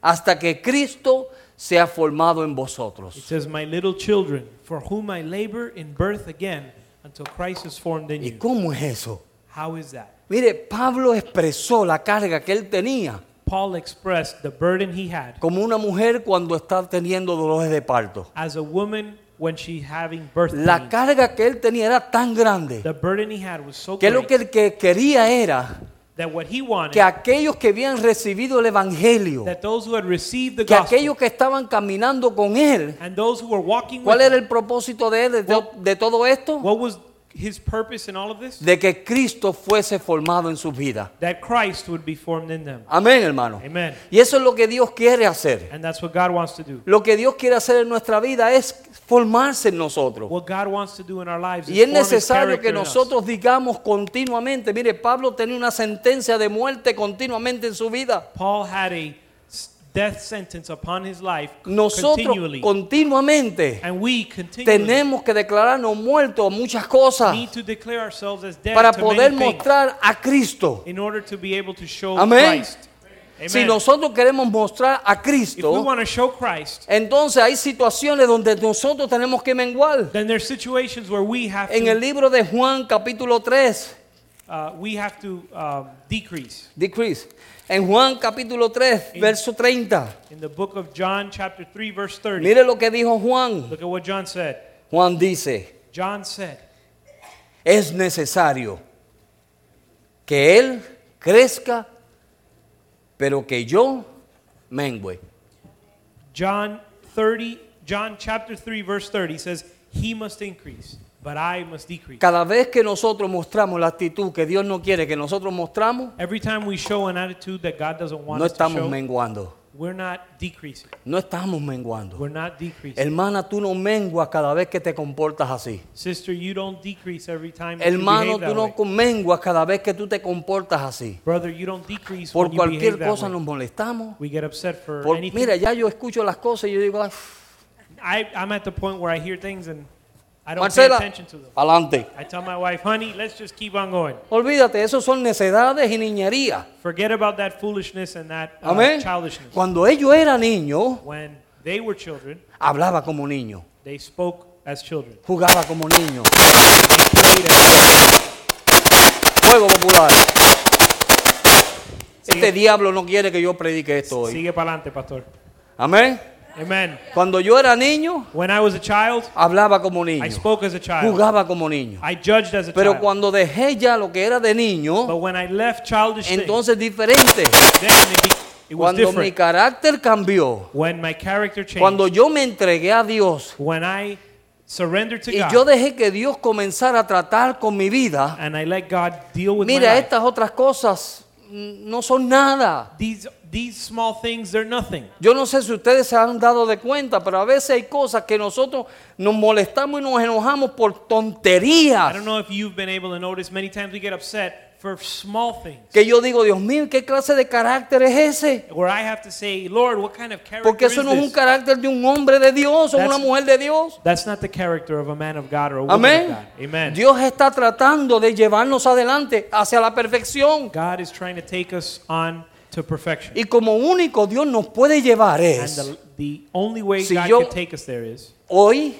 hasta que Cristo sea formado en
It
vosotros.
says, My little children, for whom I labor in birth again until Christ is formed in
¿Y
you.
cómo es eso?
How is that?
Mire, Pablo expresó la carga que él tenía
Paul expressed the burden he had
como una mujer cuando está teniendo dolores de parto.
as a woman when she having birth
La
pains.
carga que él tenía era tan grande
The burden he had was so
que
great
lo que el que quería era
that what he wanted,
que aquellos que habían recibido el evangelio,
that those who had received the
que
gospel
aquellos que estaban caminando con él,
and those who were walking
¿cuál
with
era
him,
el propósito de él de, to- de todo esto?
what was his purpose in all of this?
De que Cristo fuese formado en sus vidas.
That Christ would be formed in them.
Amén, hermano.
Amen.
Y eso es lo que Dios quiere hacer.
And that's what God wants to do.
Lo que Dios quiere hacer en nuestra vida es formarse en nosotros.
What God wants to do in our lives is
Y es
form his
necesario
character
que
in us.
nosotros digamos continuamente, mire, Pablo tenía una sentencia de muerte continuamente en su vida.
Paul had a s- death sentence upon his life
Nosotros
continually.
continuamente
and we continually
tenemos que declararnos muertos a muchas cosas
need to declare ourselves as dead
para
to
poder
many things
mostrar a Cristo.
in order to be able to show
Amén.
Christ.
Si
Amen.
nosotros queremos mostrar a
If we
Cristo,
want to show Christ,
entonces hay situaciones donde nosotros tenemos que menguar.
then there's situations where we have
En el
to,
libro de Juan capítulo 3,
uh, we have to um, decrease.
decrease. En Juan capítulo 3, verso 30.
In the book of John, chapter 3, verse 30,
Mire lo que dijo Juan.
look at what John said.
Juan dice,
John said,
es necesario que Él crezca, pero que yo mengüe.
John 30, John chapter 3, verse 30 says, He must increase, but I must decrease.
Cada vez que nosotros mostramos la actitud que Dios no quiere que nosotros mostramos,
Every time we show an attitude that God doesn't want
no
us to
estamos
show,
menguando.
we're not decreasing.
No estamos menguando.
We're not decreasing.
Hermana, tú no menguas cada vez que te comportas así.
Sister, you don't decrease every time that you
Hermano,
behave that
tú no
way.
con- menguas cada vez que tú te comportas así.
Brother, you don't decrease
Por
when you behave
cualquier
that
cosa
way.
nos molestamos.
We get upset for
Por-
anything.
mira, ya yo escucho las cosas y yo digo, "Ah, "Ay,
I, I'm at the point where I hear things and I don't
Marcela,
pay attention to them.
adelante.
I tell my wife, honey, let's just keep on going.
Olvídate, eso son necedades y niñerías.
Forget about that foolishness and that uh,
Amén.
childishness.
Cuando ellos eran niños,
When they were children,
hablaba como niño,
they spoke as children.
jugaba como niño. Juego popular. Este diablo no quiere que yo predique esto hoy.
Sigue pa'lante, pastor.
Amén.
Amen.
Cuando yo era niño,
When I was a child,
hablaba como niño,
I spoke as a child.
jugaba como niño.
I judged as a
Pero
child.
cuando dejé ya lo que era de niño,
But when I left childish things,
entonces diferente.
then it, be- it was
Cuando mi
different.
carácter cambió,
When my character changed,
cuando yo me entregué a Dios
when I surrendered to
y
God
yo dejé que Dios comenzara a tratar con mi vida,
and I let God deal with my
Mira,
life,
estas otras cosas mm, no son nada.
these, these small things, they're nothing.
Yo no sé si ustedes se han dado de cuenta, pero a veces hay cosas que nosotros nos molestamos y nos enojamos por
I don't
tonterías.
know if you've been able to notice, many times we get upset for small things.
Que yo digo, Dios mío, ¿qué clase de carácter es ese?
Where I have to say, Lord, what kind of character
Porque eso
is
no es un
this?
carácter de un hombre de Dios o
That's-
una mujer de Dios.
That's not the character of a man of God or a woman of
Amén.
God. Amen.
Dios está tratando de llevarnos adelante hacia la perfección.
God is trying to take us on to perfection.
Y como único Dios nos puede llevar
And
es
the, the only way
Si
God
yo-
can take us there is
hoy,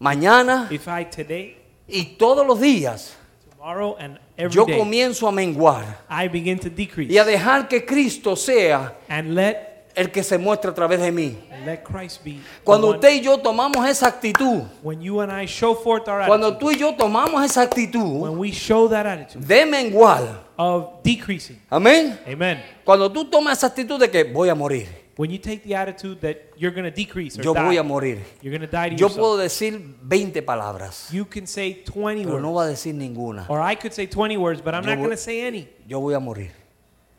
mañana
if I today,
y todos los días.
tomorrow, and every
yo
day
comienzo a menguar
I begin to decrease
y a dejar que Cristo sea
and let
el que se muestra a través de mí.
and let Christ be. the
Cuando
one-
usted y yo tomamos esa actitud,
when you and I show forth our
cuando
attitude,
tú y yo tomamos esa actitud
when we show that attitude
de menguar,
of decreasing,
amén.
Amen.
Cuando tú tomas esa actitud de que voy a morir,
When you take the attitude that you're going to decrease or
yo
die,
voy a morir,
you're going to die to
yo
yourself.
puedo decir 20 palabras,
You can say 20
pero
words,
no va a decir ninguna.
or I could say 20 words, but I'm
Yo
not
voy-
going to say any.
Yo voy a morir.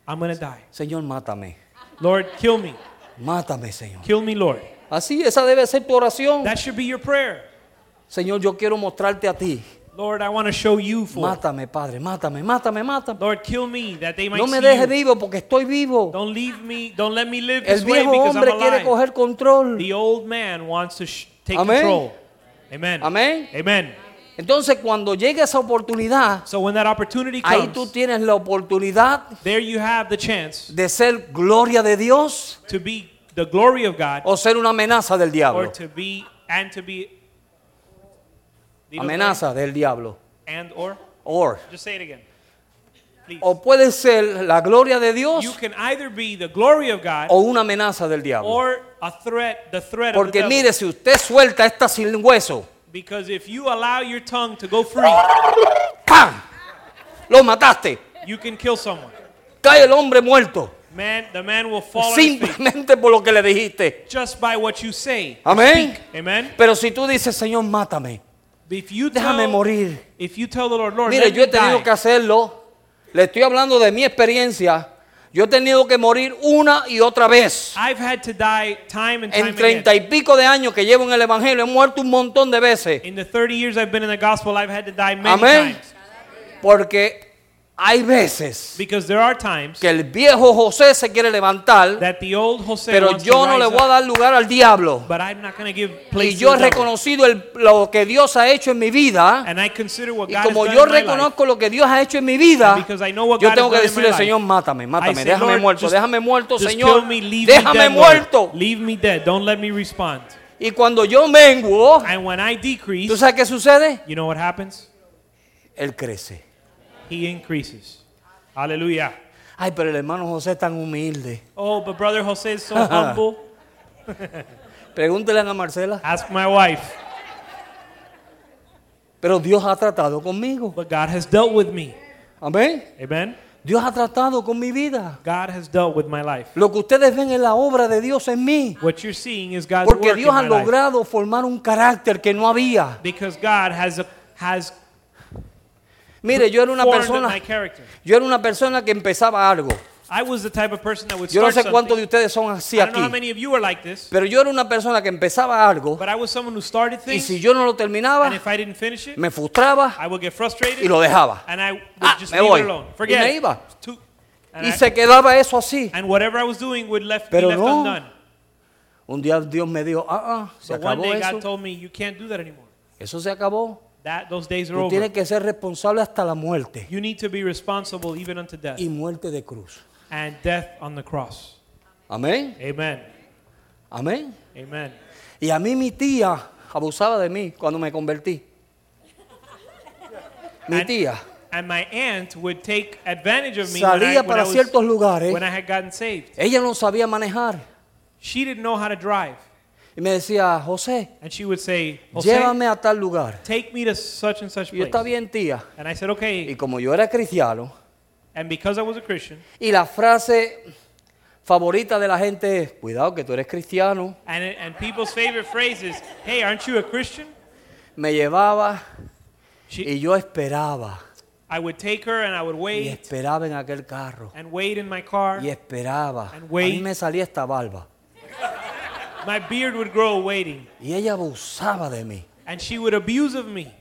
I'm going to die.
Señor, mátame,
Lord, kill me.
mátame, Señor.
Kill me, Lord.
Así, esa debe ser tu oración.
That should be your prayer.
Señor, yo quiero mostrarte a ti.
Lord, I want to show you for.
Mátame, Padre, mátame, mátame, mátame.
Lord, kill me that they might
No me
see you.
dejes vivo porque estoy vivo.
Don't leave me. Don't let me live
El
this way
viejo
because I'm
hombre quiere
alive.
coger control.
The old man wants to sh- take
Amén.
control. Amen.
Amén.
Amen.
Entonces cuando llega esa oportunidad,
So when that opportunity
ahí
comes,
tú tienes la oportunidad
there you have the chance
de ser gloria de Dios
to be the glory of God
o ser una amenaza del
or
diablo.
to be and to be Dilo,
Amenaza del diablo.
and or
Or.
just say it again. Please.
O puede ser la gloria de
You
Dios Oh,
can either be the glory of God
o una amenaza del diablo.
or a threat, the threat of the
Porque
devil.
mire, si usted suelta esta sin hueso,
Because if you allow your tongue to go free,
¡pam! Lo mataste.
you can kill someone.
Cae el hombre muerto.
Man, the man will fall on his feet
Simplemente por lo que le dijiste.
just by what you say.
Amén.
Amen.
Pero si tú dices, Señor, mátame,
If you tell,
déjame morir.
if you tell the Lord, Lord,
Mire,
let
yo he
me
tenido
die.
que hacerlo. Le estoy hablando de mi experiencia. Yo he tenido que morir una y otra vez.
I've had to die time and time
En treinta
again.
y pico de años que llevo en el Evangelio, he muerto un montón de veces.
In the 30 years I've been in the gospel, I've had to die many
Amén.
times
Porque Hay veces
Because there are times
que el viejo José se quiere levantar,
that the old José
pero
wants
yo
to
no le
rise
voy a
up,
dar lugar al diablo.
but I'm not going to give
Y
place
yo
to
he
the devil.
reconocido el- lo que Dios ha hecho en mi vida.
And I consider what
Y
God
como
has done
yo
in my life,
reconozco lo que Dios ha hecho en mi vida,
because I know what
yo
God
tengo que
has done in my
decirle,
life,
Señor, mátame,
I
mátame,
say,
déjame
"Lord,
muerto,
just-
déjame muerto,
just
Señor,
kill me, leave me
déjame
dead,
muerto.
Lord. Leave me dead. Don't let me respond.
Y cuando yo menguo,
And when I decrease,
¿tú sabes qué sucede?
you know what happens?
Él crece.
He increases. Hallelujah.
Ay, pero el hermano José es tan humilde.
Oh, but brother Jose is so humble.
Pregúntele a Ana Marcela.
Ask my wife.
Pero Dios ha tratado conmigo.
But God has dealt with me.
Amén.
Amen.
Dios ha tratado con mi vida.
God has dealt with my life.
Lo que ustedes ven es la obra de Dios en mí.
What you're seeing is God's
Porque
work
Dios
in
ha
my life.
logrado formar un carácter que no había.
Because God has a, has
Mire, yo era una
formed
persona,
my character.
yo era una persona que empezaba algo.
I was the type of person that would
Yo no
start
sé cuántos de
something.
ustedes son así
I don't know how
aquí,
many of you are like this,
pero yo era una persona que empezaba algo
but I was someone who started
y
things,
si yo no lo
and
terminaba,
if I didn't finish it,
me frustraba
I would get
y
frustrated,
lo dejaba.
and I would
Ah,
just
me
leave
voy.
it alone.
Y
Forget
me
it.
iba.
It's too- and,
Y
I-
se quedaba eso así.
and whatever I was doing would left, be
Pero
left
no.
undone.
Un día Dios me dijo, ah, ah,
So
se
one
acabó
day God
eso.
told me, you can't do that anymore.
Eso se acabó.
That Those days are
Tú
over.
tienes que ser responsable hasta la muerte
You need to be responsible even unto death
y muerte de cruz.
and death on the cross.
Amén.
Amen.
Amén.
Amen.
Y a mí mi tía abusaba de mí cuando me convertí. Mi
And-
tía
And my aunt would take advantage of me when I,
salía
when I
para ¿eh?
was-
ciertos lugares.
when I had gotten saved.
Ella no sabía manejar.
She didn't know how to drive.
Y me decía, José,
And she would say, Jose,
llévame a tal lugar.
take me to such and such
Y yo está
place.
bien, tía.
And I said,
Y
okay.
como yo era cristiano,
And because I was a Christian,
y la frase favorita de la gente es, cuidado que tú eres cristiano,
and, and people's favorite phrase is, hey, aren't you a Christian?
me llevaba
She,
y yo esperaba.
I would take her and I would
Y
wait
esperaba en aquel carro.
and wait in my car.
Y esperaba. A
And wait.
mí me salía esta barba.
My beard would grow waiting.
Y ella abusaba de mí.
And she would abuse of me.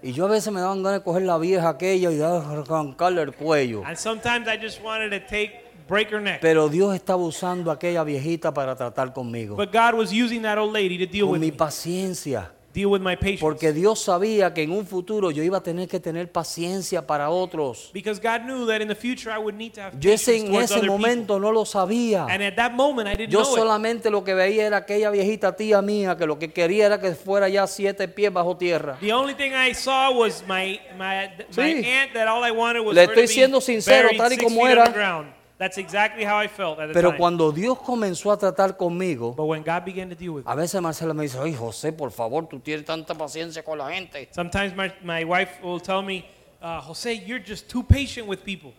Y yo a veces me daban ganas de coger la vieja aquella y arrancarle el cuello.
And sometimes I just wanted to take, break her neck.
Pero Dios estaba usando a aquella viejita para tratar conmigo.
But God was using that old lady to deal
Con
with
mi
me,
paciencia.
deal with my patience.
Porque Dios sabía que en un futuro yo iba a tener que tener paciencia para otros.
Because God knew that in the future I would need to have
Yo
patience
ese, en
towards
ese
other people.
momento no lo sabía.
And at that moment I didn't
Yo
know it.
solamente lo que veía era aquella viejita tía mía que lo que quería era que fuera ya siete pies bajo tierra.
The only thing I saw was my my, my
Sí.
aunt that all I wanted was
Le
her to
estoy
be
siendo sincero,
buried
tal y
six
como
feet
era.
underground. That's exactly how I felt at the
Pero
time.
cuando Dios comenzó a tratar conmigo,
but when God began to deal with me,
a veces Marcela me dice, ay José, por favor, tú tienes tanta paciencia con la gente.
sometimes my, my wife will tell me, uh, Jose, you're just too patient with people.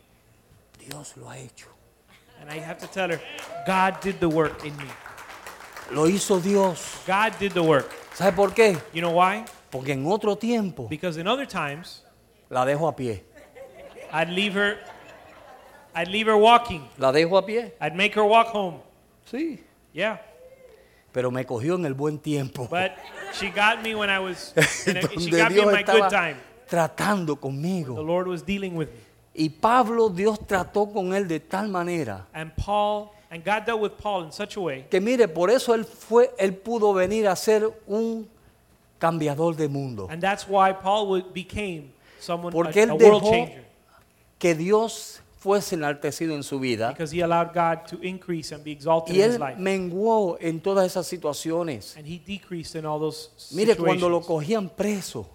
Dios lo ha hecho.
And I have to tell her, God did the work in me.
Lo hizo Dios.
God did the work.
¿Sabe por qué?
You know why?
Porque en otro tiempo
Because in other times,
la dejo a pie.
I'd leave her I'd leave her walking.
La dejo a pie.
I'd make her walk home.
Sí.
Yeah.
Pero me cogió en el buen tiempo.
But she got me when I was in a, she
donde
got me in
Dios
my good
estaba
time. The
tratando conmigo.
Lord was dealing with me.
Y Pablo, Dios trató con él de tal manera
And Paul and God dealt with Paul in such a way
que mire, por eso él fue, él pudo venir a ser un cambiador de mundo.
and that's why Paul would, became someone
Porque
a,
él
a world
dejó-
changer
Que Dios fuese enaltecido en su vida
because he allowed God to increase and be exalted
y
in
él
his life
menguó en todas esas situaciones.
and he decreased in all those
Mire, cuando lo
situations
cogían preso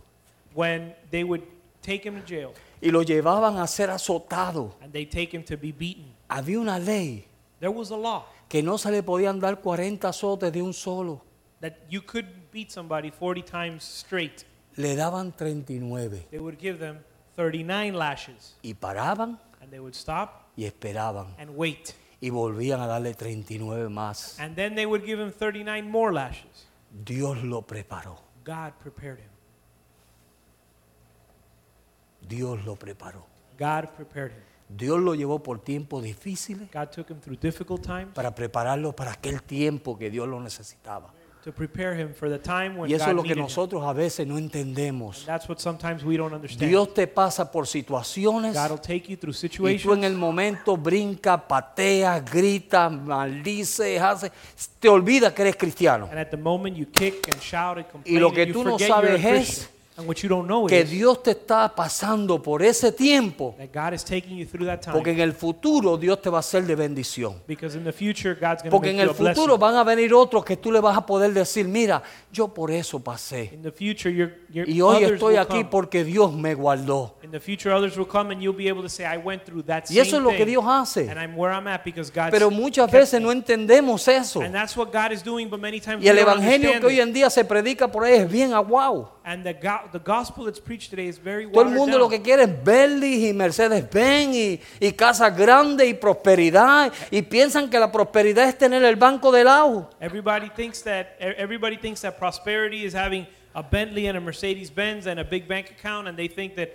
when they would take him to jail
y lo llevaban a ser azotado,
and they take him to be beaten.
había una ley
There was a law
que no se le podían dar 40 azotes de un solo,
that you could beat somebody 40 times straight.
le daban 39
They would give them 39 lashes
y paraban
and they would stop
y esperaban
and wait.
y volvían a darle 39 más.
And then they would give him 39 more lashes.
Dios lo preparó,
God prepared him.
Dios lo preparó.
God prepared him.
Dios lo llevó por tiempos difíciles
God took him through difficult times
para prepararlo para aquel tiempo que Dios lo necesitaba.
to prepare him for the time when
Y eso
God
es lo que
needed him.
nosotros a veces no entendemos.
That's what sometimes we don't understand.
Dios te pasa por situaciones
God will take you through
y tú
situations.
en el momento brinca, pateas, gritas, maldices, haces, te olvidas que eres cristiano.
and at the moment you kick and shout and complain
Y lo
and
que
you
tú no
forget you're a
sabes
Christian.
es
and what you don't know
Que
is
Dios te está pasando por ese tiempo
that God is taking you through that time.
porque en el futuro Dios te va a hacer de bendición.
because in the future God's going to
Porque
make
en
you
el
a blessing.
futuro van a venir otros que tú le vas a poder decir, mira, yo por eso pasé.
in the future your, your
Y hoy
others
estoy
will
aquí
come.
porque Dios me guardó.
in the future others will come and you'll be able to say I went through that
Y eso
same
es lo que
thing,
Dios
and
hace.
I'm where I'm at because God
Pero muchas veces no entendemos eso.
and that's what God is doing but many times
Y el
we don't
evangelio
understand
que hoy
it.
en día se predica por ahí es bien aguau.
and the, go- the gospel that's preached today is very
Todo el
watered
mundo lo
down.
que quiere es Bentley y Mercedes Benz y, y casas grandes y prosperidad. Y piensan que la prosperidad es tener el banco de lado.
Everybody thinks that e- everybody thinks that prosperity is having a Bentley and a Mercedes Benz and a big bank account, and they think that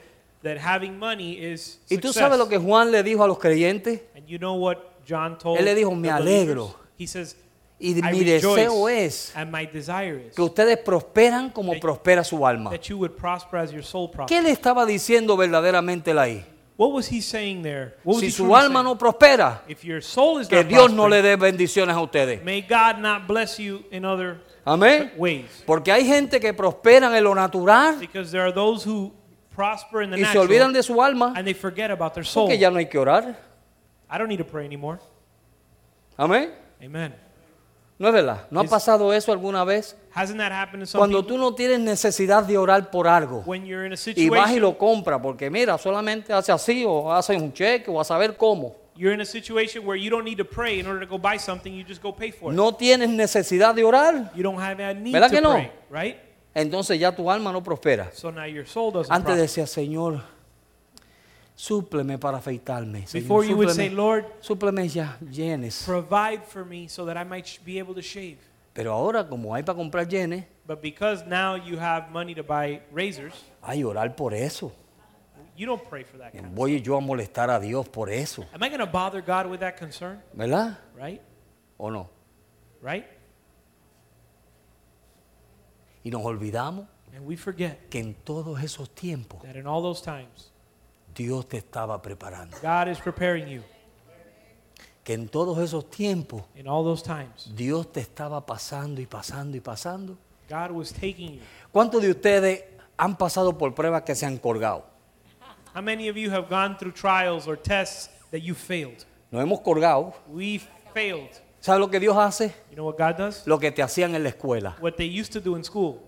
that having money is
Y tú
success.
sabes lo que Juan le dijo a los creyentes.
And you know what John told?
Él le dijo,
the
"Me
believers?
alegro."
He says,
Y
I
mi
rejoice,
deseo es
and my desire is
que ustedes prosperan como
That-
prospera su alma.
that you would prosper as your soul
¿Qué
prospers."
le estaba diciendo verdaderamente él ahí?
What was he saying there? What was
Si
he
su
truly
alma
saying?
no prospera,
if your soul is
que
not
Dios no le
prospering,
dé bendiciones a ustedes.
may God not bless you in other
Amén.
ways,
Porque hay gente que prospera en lo natural
because there are those who prosper in the
y se
natural
olvidan de su alma,
and they forget about their soul.
porque ya no hay que orar.
I don't need to pray anymore.
Amén.
Amen.
No es verdad. ¿No ha
Es-
pasado eso alguna vez?
Hasn't that happened to some
Cuando
people?
tú no tienes necesidad de orar por algo
when you're in a
y vas y
situation,
lo compras, porque mira, solamente hace así o hace un cheque o a saber cómo.
you're in a situation where you don't need to pray in order to go buy something. You just go pay for it.
No tienes necesidad de orar,
You don't have a need
¿Verdad
to
que no?
pray, right?
entonces ya tu alma no prospera.
So now your soul doesn't.
Antes
prosper.
decía, Señor, súpleme para afeitarme. Señor,
Before you would say,
súpleme-
Lord,
súpleme ya, llenes.
provide for me so that I might sh- be able to shave.
Pero ahora, como hay para comprar llenes,
But because now you have money to buy razors,
hay orar por eso.
you don't pray for that. Kind.
Voy yo a molestar a Dios por eso,
Am I going to bother God with that concern?
¿verdad?
Right?
¿O no?
Right?
Y nos olvidamos
And we forget
que en todos esos tiempos
that in all those times,
Dios te estaba preparando.
God is preparing you.
Que en todos esos tiempos
In all those times,
Dios te estaba pasando y pasando y pasando.
God was taking you.
¿Cuántos de ustedes han pasado por pruebas que se han colgado?
How many of you have gone through trials or tests that you failed?
Nos hemos colgado.
We failed.
¿Sabes lo que Dios hace?
You know what God does?
Lo que te hacían en la escuela.
What they used to do in school.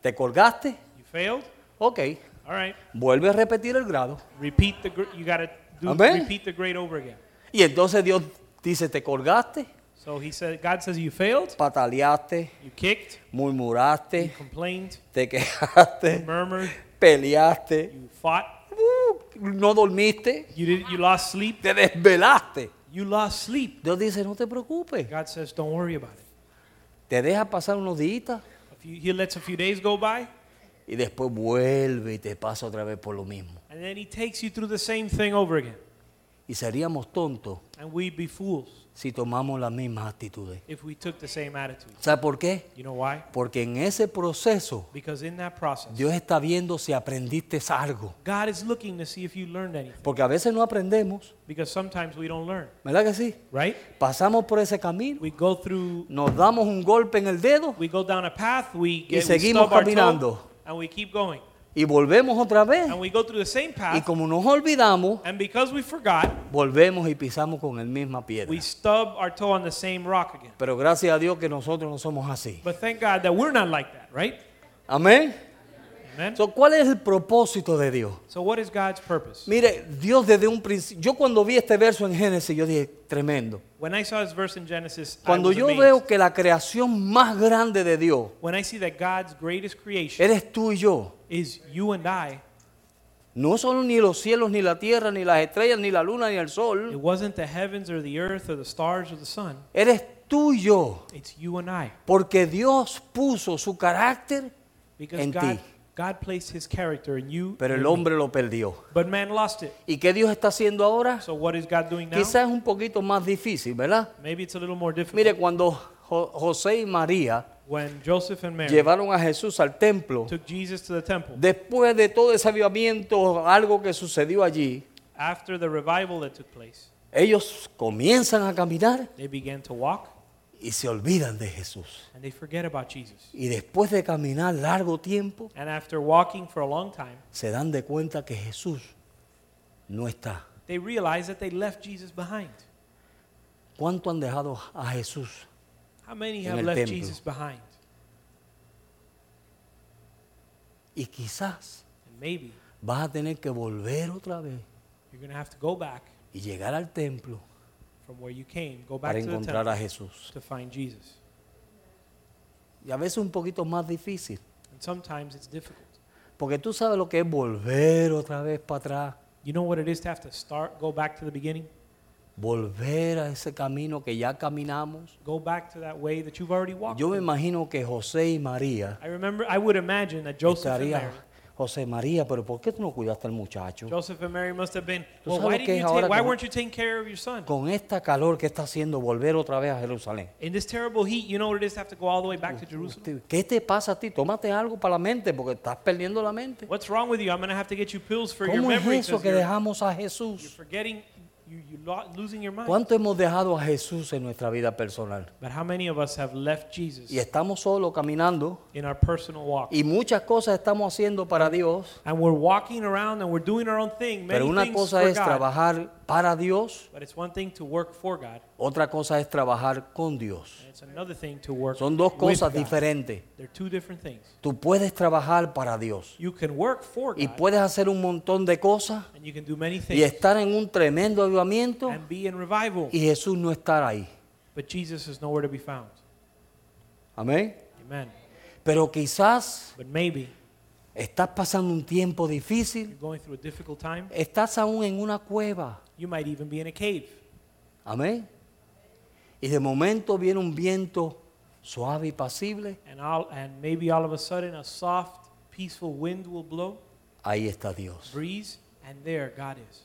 ¿Te colgaste?
You failed?
Ok.
All right.
Vuelve a repetir el grado.
Repeat the gr- you got to do
Amen.
repeat the grade over again.
Y entonces Dios dice, te colgaste,
So he said God says you failed,
pataleaste,
you kicked, you
murmuraste,
complained,
te quejaste,
you murmured,
peleaste,
you fought,
uh, no dormiste,
you did you lost sleep,
te desvelaste.
you lost sleep.
Dios dice, no te preocupes,
God says don't worry about it.
te deja pasar unos días
A few, he lets a few days go by
y después vuelve y te pasa otra vez por lo mismo.
and then he takes you through the same thing over again.
Y seríamos tontos
And we'd be fools
si tomamos las mismas actitudes.
if we took the same attitude.
¿Sabe por qué?
You know why?
Porque en ese proceso
Because in that process,
Dios está viendo si aprendiste algo.
God is looking to see if you learned anything.
Porque a veces no aprendemos,
Because sometimes we don't learn,
¿verdad que sí?
right?
Pasamos por ese camino,
We go through,
nos damos un golpe en el dedo
we go down a path, we
Y
get we
seguimos
stub our
caminando.
toe, and we keep going.
y volvemos otra vez.
And we go through the same
Y
path,
como nos olvidamos,
and because we forgot,
volvemos y pisamos con el misma piedra.
we stub our toe on the same rock again.
Pero gracias a Dios que nosotros no somos así.
But thank God that we're not like that, right?
Amén.
Amen.
So, ¿Cuál es el propósito de Dios?
So what is God's purpose?
Mire, Dios desde un principio, yo cuando vi este verso en Génesis, yo dije, tremendo.
When I saw this verse in Genesis, I
Cuando
was
yo
amazed.
veo que la creación más grande de Dios
when I see that God's greatest creation
eres tú y yo,
is you and I,
no son ni los cielos, ni la tierra, ni las estrellas, ni la luna, ni el
it
sol,
wasn't the heavens or the earth or the stars or the sun.
eres tú y yo,
It's you and I.
porque Dios puso su carácter,
Because
en
God,
ti.
God placed his character in you.
pero el
and me.
hombre lo perdió.
But man lost it.
¿Y qué Dios está haciendo ahora?
So what is God doing now?
Quizás es un poquito más difícil, ¿verdad?
Maybe it's a little more difficult.
Mire, cuando Jo- José y María
when Joseph and Mary
llevaron a Jesús al templo.
took Jesus to the temple,
Después de todo ese avivamiento, algo que sucedió allí,
after the revival that took place,
ellos comienzan a caminar
they began to walk
y se olvidan de Jesús.
and they forget about Jesus.
Y después de caminar largo tiempo,
And after walking for a long time,
se dan de cuenta que Jesús no está.
they realize that they left Jesus behind.
¿Cuánto han dejado a Jesús?
How many
En
have
el
left
templo.
Jesus behind?
Y quizás
And maybe
vas a tener que volver otra vez
you're going to have to go back
y llegar al templo
from where you came, go back
para
to the
encontrar a
temple
Jesús.
to find Jesus.
Y a veces un poquito más difícil,
And sometimes it's difficult.
porque tú sabes lo que es volver otra vez para atrás,
You know what it is to have to start, go back to the beginning,
volver a ese camino que ya caminamos.
go back to that way that you've already walked.
Yo me
in.
imagino que José y María
I remember, I would imagine that Joseph and Mary,
estarían. José María, pero ¿por qué tú no cuidaste al muchacho?
Joseph and Mary must have been.
Tú
Well,
sabes
why
lo
didn't
que
you
es
take-
ahora
why
como-
weren't you taking care of your son?
Con esta calor que está haciendo volver otra vez a Jerusalén.
In this terrible heat, you know what it is to have to go all the way back to Jerusalem.
Usted, ¿Qué te pasa a ti? Tómate algo para la mente porque estás perdiendo la mente.
What's wrong with you? I'm gonna have to get you pills for your
¿Cómo es
memory.
eso
'cause
que
You're,
dejamos a
you're
Jesús?
forgetting. You you lo- losing your mind.
¿Cuánto hemos dejado a Jesús en nuestra vida personal?
But how many of us have left Jesus
Y estamos solos caminando
in our personal walk?
y muchas cosas estamos haciendo para Dios,
And we're walking around and we're doing our own thing. Many
pero una
things
cosa
for
es
God.
trabajar para Dios,
But it's one thing to work for God,
otra cosa es trabajar con Dios.
and it's another thing to work.
Son dos
with
cosas
God.
diferentes.
They're two different things.
Tú puedes trabajar para Dios
You can work for
y
God,
puedes hacer un montón de cosas
and you can do many
y
things,
estar en un tremendo avivamiento
and be in revival.
y Jesús no estar ahí.
But Jesus is nowhere to be found.
Amén.
Amen.
Pero quizás
But maybe
estás pasando un tiempo
you're
difícil,
going through a difficult time.
estás aún en una cueva.
You might even be in a cave.
Amén. Y de momento viene un viento suave y pasible.
And, all, and maybe all of a sudden a soft, peaceful wind will blow,
Ahí está Dios.
breeze, and there God is.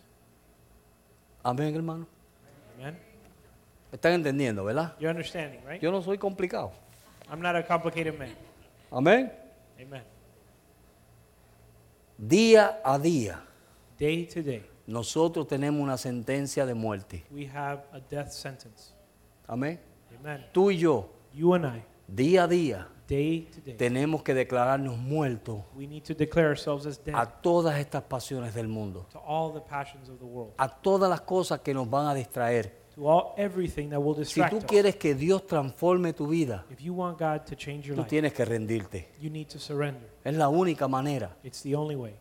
Amén, hermano.
Amen.
¿Me están entendiendo, ¿verdad?
You're understanding, right?
Yo no soy complicado.
I'm not a complicated man.
Amén.
Amen.
Día a día
Day to day,
nosotros tenemos una sentencia de muerte.
we have a death sentence.
Amén.
Amen.
Tú y yo,
You and I,
día a día,
day to day,
tenemos que declararnos muertos
we need to declare ourselves as dead
a todas estas pasiones del mundo,
to all the passions of the world,
a todas las cosas que nos van a distraer.
to all everything that will
Si
distract
tú
us.
quieres que Dios transforme tu vida,
If you want God to change your
tú
life,
tienes que rendirte.
you need to surrender.
Es la única manera.
It's the only way.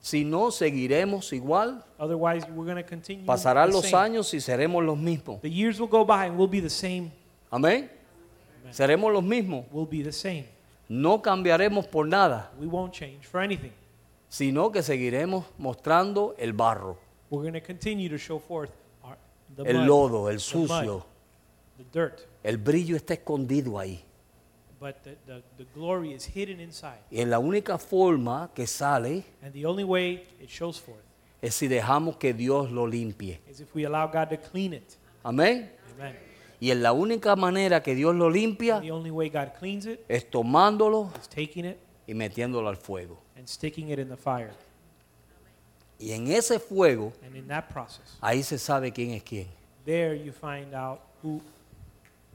Si no, seguiremos igual.
Otherwise, we're going to continue.
Pasarán
the
los
same.
años y seremos los mismos.
The years will go by and we'll be the same.
Amén. Seremos los mismos.
We'll be the same.
No cambiaremos por nada,
We won't change for anything.
sino que seguiremos mostrando el barro,
We're going to continue to show forth our, the
el
mud,
lodo, el
the mud,
sucio.
the dirt.
El brillo está escondido ahí.
But the, the, the glory is hidden inside.
Y la única forma que sale
And the only way it shows forth
es si dejamos que Dios lo limpie.
is if we allow God to clean it.
Amén.
Amen.
Y en la única manera que Dios lo limpia
And the only way God cleans it
es tomándolo
is taking it
y metiéndolo al fuego.
and sticking it in the fire.
Y en ese fuego,
And in that process,
ahí se sabe quién es quién.
there you find out who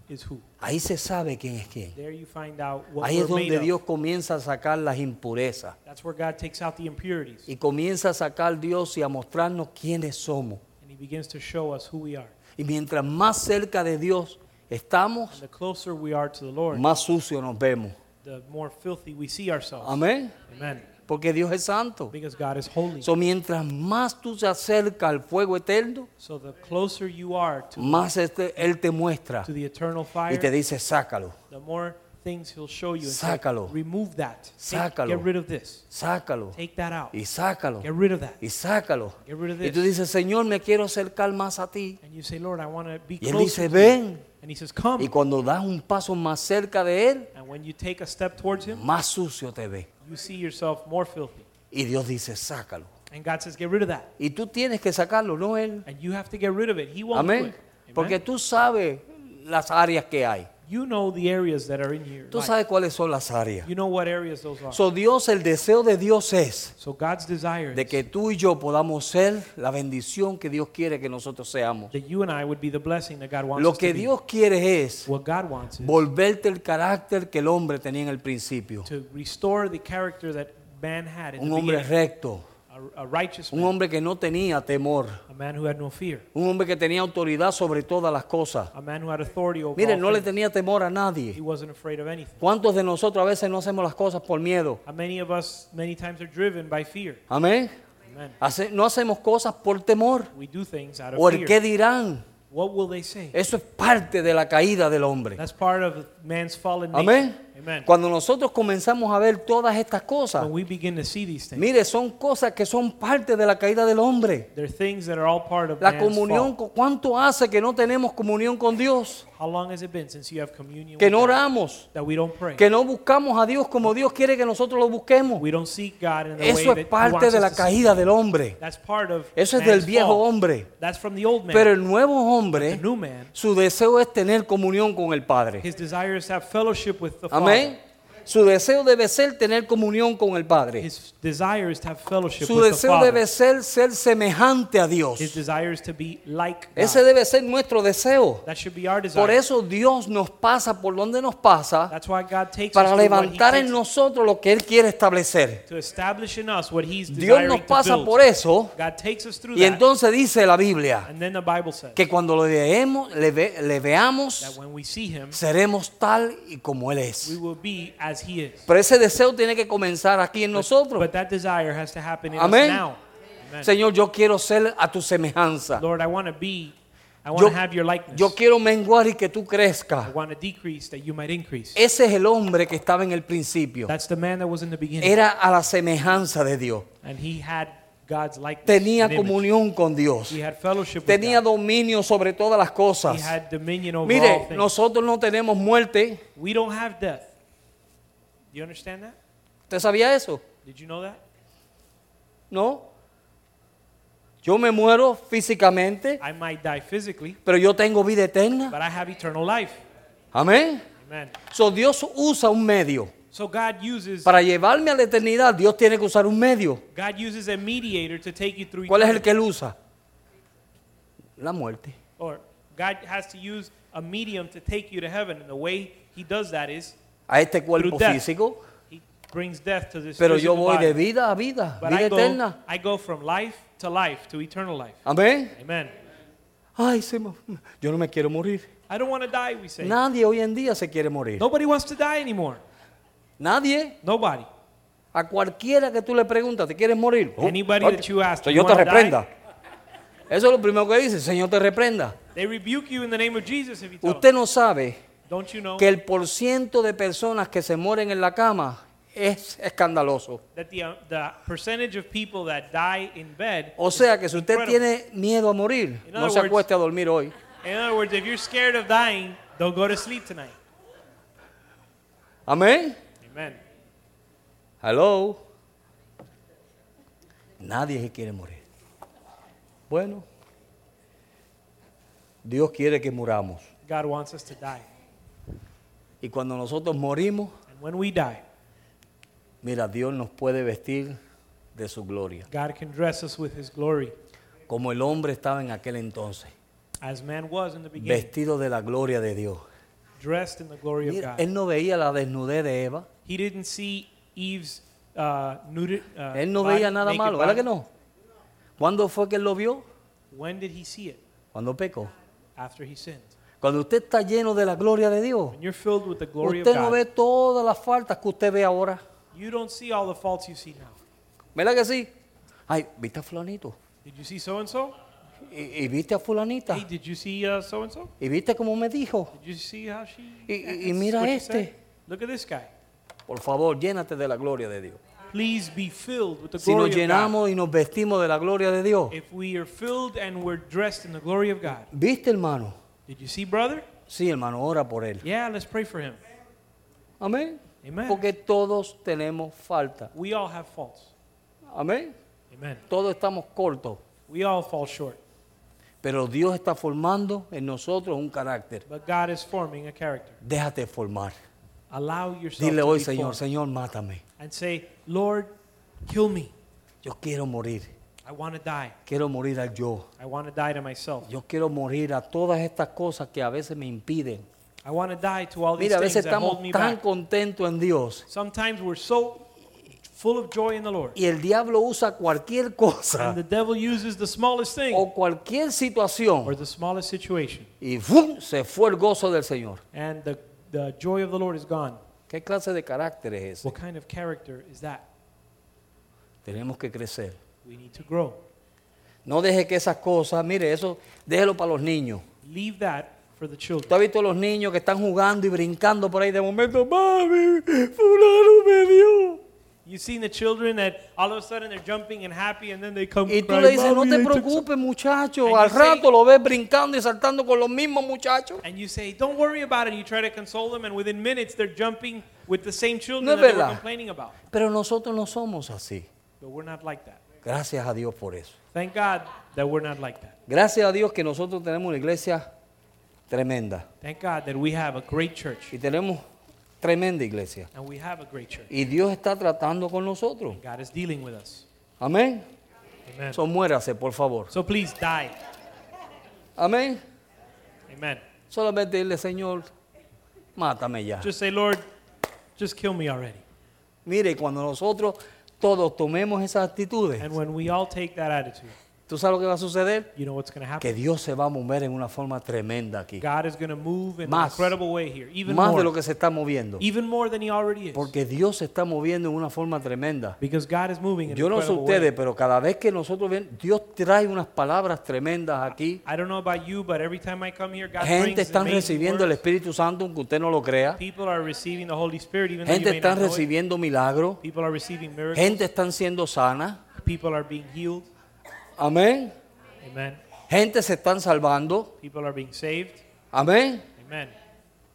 is who.
Ahí se sabe quién es quién.
There you find out what
Ahí es
we're made
donde
of.
Dios comienza a sacar las impurezas.
That's where God takes out the impurities
Y comienza a sacar Dios y a mostrarnos quiénes somos.
and He begins to show us who we are.
Y mientras más cerca de Dios
And
estamos,
the closer we are to the Lord,
más sucio nos vemos.
the more filthy we see ourselves.
Amén.
Amen.
Porque Dios es santo.
Because God is holy.
So, mientras más tú te acercas al fuego eterno,
So the closer you are to,
más este- Él te muestra
to the eternal
y
fire,
te dice, sácalo,
the more things He'll show you. and say,
Sácalo.
Remove that. Take-
Sácalo.
Get rid of this.
sácalo
Take that out.
y sácalo
Get rid of that.
y sácalo.
Get rid of
Y
this.
tú dices, Señor, me quiero acercar más a ti.
And you say, Lord, I want to be
Y él
closer to
dice,
you."
"Ven."
And He says, Come.
Y cuando das un paso más cerca de Él,
And when you take a step towards Him,
más sucio te ve.
you see yourself more filthy.
Y Dios dice, sácalo.
And God says, Get rid of that.
Y tú tienes que sacarlo, no Él.
And you have to get rid of it. He won't do
Amén.
it. Amen.
Porque tú sabes las áreas que hay.
You know the areas that are in here.
Tú sabes cuáles son las áreas.
You know what areas those are.
So Dios, el deseo de Dios es
So God's desire is
de que tú y yo podamos ser la bendición que Dios quiere que nosotros seamos.
that you and I would be the blessing that God wants
Lo
us
que
to
Dios quiere es
be. What God wants is
volverte el carácter que el hombre tenía en el principio.
to restore the character that man had in
Un
the
hombre
beginning.
recto,
A, a righteous
un
man,
hombre que no tenía temor,
a man who had no fear,
un hombre que tenía autoridad sobre todas las cosas.
a man who had authority over
Miren,
all
no le
things.
tenía temor a
He
nadie.
wasn't afraid of anything.
¿Cuántos de nosotros a veces no hacemos las cosas por miedo?
How many of us many times are driven by fear?
Amén.
Amen.
Hace- no hacemos cosas por temor.
We do things out of
¿O el
fear.
qué dirán?
What will they say?
Eso es parte de la caída del hombre.
That's part of man's fallen nature.
Amén.
Amen.
Cuando nosotros comenzamos a ver todas estas cosas,
When we begin to see these things,
mire, son cosas que son parte de la caída del hombre.
they're things that are all part of
La
man's
comunión,
fall.
con- ¿cuánto hace que no tenemos comunión con Dios?
How long has it been since you have communion
Que
with
no
God?
oramos,
That we don't pray.
que no buscamos a Dios como Dios quiere que nosotros lo busquemos.
we don't seek God in the way
Eso
that
es
he
parte
wants
de
us
la
to
caída del hombre.
seek. That's part of
Eso
man's
es del viejo
fall.
hombre.
That's from the old man.
Pero el nuevo
the
hombre,
new man,
su deseo es tener comunión con el Padre.
his desire is to have fellowship with the
Amén.
Father.
Su deseo debe ser tener comunión con el Padre.
His desire is to have fellowship
Su
with the
deseo
Father.
debe ser ser semejante a Dios.
His desire is to be like God.
Ese debe ser nuestro deseo.
That should be our desire.
Por eso Dios nos pasa por donde nos pasa
That's why God takes us
para
through what he
levantar en
takes
nosotros lo que Él quiere establecer.
to establish in us what he's
Dios
desiring
nos
to
pasa
build.
por eso
God takes us through
y
that.
entonces dice la Biblia
and then the Bible says
que cuando lo leemos, le, ve- le
that
veamos,
when we see him,
seremos tal y como Él
we
es.
will be as he is.
Pero ese deseo tiene que comenzar aquí en nosotros.
But that desire has to happen in
Amén.
us now. Amen.
Señor, yo quiero ser a tu semejanza.
Lord, I want to be, I want
Yo,
to have your likeness.
yo quiero menguar y que tú
I
crezcas.
want to decrease that you might increase.
Ese es el hombre que estaba en el principio.
That's the man that was in the beginning.
Era a la semejanza de Dios.
and he had God's likeness.
Tenía
and image.
comunión con Dios.
He had fellowship
Tenía
with
dominio sobre todas las
God. He
cosas.
had dominion over all
Mire,
things.
nosotros no tenemos muerte.
we don't have death. Do you understand that?
¿Usted sabía eso?
Did you know that?
¿No? Yo me muero físicamente,
I might die physically,
pero yo tengo vida eterna.
but I have eternal life.
Amén.
Amen.
So, Dios usa un medio.
So God uses
Para llevarme a la eternidad, Dios tiene que usar un medio.
God uses a mediator to take you through
¿Cuál es el
eternity.
que él usa? La muerte.
or God has to use a medium to take you to heaven and the way he does that is
A este cuerpo
Through death.
físico.
he brings death to this
Pero
physical
yo voy
body.
de vida a vida,
but
vida
I go,
eterna.
I go from life to life to eternal life.
Amén.
Amen.
Ay, se me- yo no me quiero morir.
I don't want to die, we say.
Nadie hoy en día se quiere morir.
Nobody wants to die anymore.
Nadie.
Nobody.
A cualquiera que tú le preguntas, ¿te quieres morir? Oh,
Uh, Anybody
oye,
that you ask,
Señor
"You
te
wanna die?"
reprenda. Eso es lo primero que dice, Señor te reprenda.
They rebuke you in the name of Jesus if you tell
Usted
them.
no sabe
Don't you know
que el porciento de personas que se mueren en la cama es escandaloso.
that the, uh, the percentage of people that die in bed
O
is
sea que si usted
incredible.
tiene miedo a morir,
In
no
other
se
words-
acueste a dormir hoy.
In other words, if you're scared of dying, don't go to sleep tonight.
Amén.
Amen.
Hello. Nadie se quiere morir. Bueno, Dios quiere que muramos.
God wants us to die.
Y cuando nosotros morimos,
And when we die,
mira, Dios nos puede vestir de su gloria,
God can dress us with his glory,
como el hombre estaba en aquel entonces,
as man was in the beginning,
vestido de la gloria de Dios.
dressed in the glory of
Mira,
God.
él no veía la desnudez de Eva,
He didn't see Eve's uh, nudity. Uh,
él no
body-
veía nada
naked
malo, ¿verdad
body.
que no? ¿Cuándo fue que él lo vio?
When did he see it?
Cuando pecó.
After he sinned.
Cuando usted está lleno de la gloria de Dios,
When you're filled with the glory
usted
of
no
God,
ve todas las faltas que usted ve ahora.
you don't see all the faults you see now.
¿Verdad que sí? Ay, viste a fulanito.
Did you see so and so?
Y, y viste a fulanita.
Hey, did you see uh, so and so?
Y viste como me dijo.
Did you see how she?
Y- y- y
acts?
mira
What she
este.
said? Look at this guy.
Por favor, llénate de la gloria de Dios.
Please be filled with the
Si
glory
nos
of God.
llenamos y nos vestimos de la gloria de Dios.
If we are filled and we're dressed in the glory of God.
¿Viste, hermano?
Did you see, brother?
Sí, hermano, ora por él.
Yeah, let's pray for him.
Amén.
Amen.
Porque todos tenemos falta.
We all have faults.
Amén.
Amen.
Todos estamos cortos.
We all fall short.
Pero Dios está formando en nosotros un carácter.
But God is forming a character.
Déjate formar.
Allow yourself
Dile
to
hoy,
be
Señor,
formed.
Señor, mátame.
and say, Lord, kill me.
Yo quiero morir.
I want to die.
Quiero morir al yo.
I want to die to myself.
Yo quiero morir a todas estas cosas que a veces me impiden.
I want to die to all these
Mira, a
things
veces
that
estamos
hold me
tan
back.
contentos en Dios
Sometimes we're so full of joy in the Lord.
y el diablo usa cualquier
And
cosa
the devil uses the smallest thing
o cualquier
or
situación
the smallest situation.
y ¡fum! se fue el gozo del Señor.
And the, the joy of the Lord is gone.
¿Qué clase de carácter es ese?
What kind of character is that?
Tenemos que crecer.
We need to grow.
No deje que esas cosas, mire, eso déjelo para los niños.
Leave that for the
¿Tú has
children.
visto los niños que están jugando y brincando por ahí de momento? ¡Mami! ¡Fulano me dio!
You've seen the children that all of a sudden they're jumping and happy and then they come
Y tú
crying,
le dices, no
"Mommy,
te
I took some-"
preocupes, muchacho.
And
Al
you say-
rato lo ves brincando y saltando con los mismos muchachos.
And you say, don't worry about it. You try to console them, and within minutes, they're jumping with the same children
No es
that they were
verdad.
complaining about.
Pero nosotros no somos así.
But we're not like that.
Gracias a Dios por eso.
Thank God that we're not like that.
Gracias a Dios que nosotros tenemos una iglesia tremenda.
Thank God that we have a great church.
Y tenemos tremenda iglesia.
And we have a great church.
Y Dios está tratando con nosotros.
God is dealing with us.
Amén.
Amen.
So, muérase, por favor.
So please die.
Amén.
Amen.
Solamente dile, Señor, mátame ya.
Just say, Lord, just kill me already.
Mire, cuando nosotros todos tomemos esas actitudes,
And when we all take that attitude,
¿tú sabes lo que va a suceder?
you know what's going to
Que
happen?
Dios se va a mover en una forma tremenda aquí.
Ah. God is going to move in
Más.
an incredible way here. Even
Más de
more.
lo que se está moviendo.
Even more than he already is.
Porque Dios se está moviendo en una forma tremenda.
Because God is moving in
Yo
an
no sé
incredible
ustedes,
way.
pero cada vez que nosotros ven, Dios trae unas palabras tremendas aquí.
I don't know about you, but every time I come here, God brings
Gente están
amazing
recibiendo el
words.
Espíritu Santo, aunque usted no lo crea.
People are receiving the Holy Spirit, even though you
Gente
may not
están
know it.
recibiendo milagros.
People are receiving miracles.
Gente están siendo sana.
People are being healed.
Amén.
Amen.
Gente se están salvando.
People are being saved.
Amén.
Amen.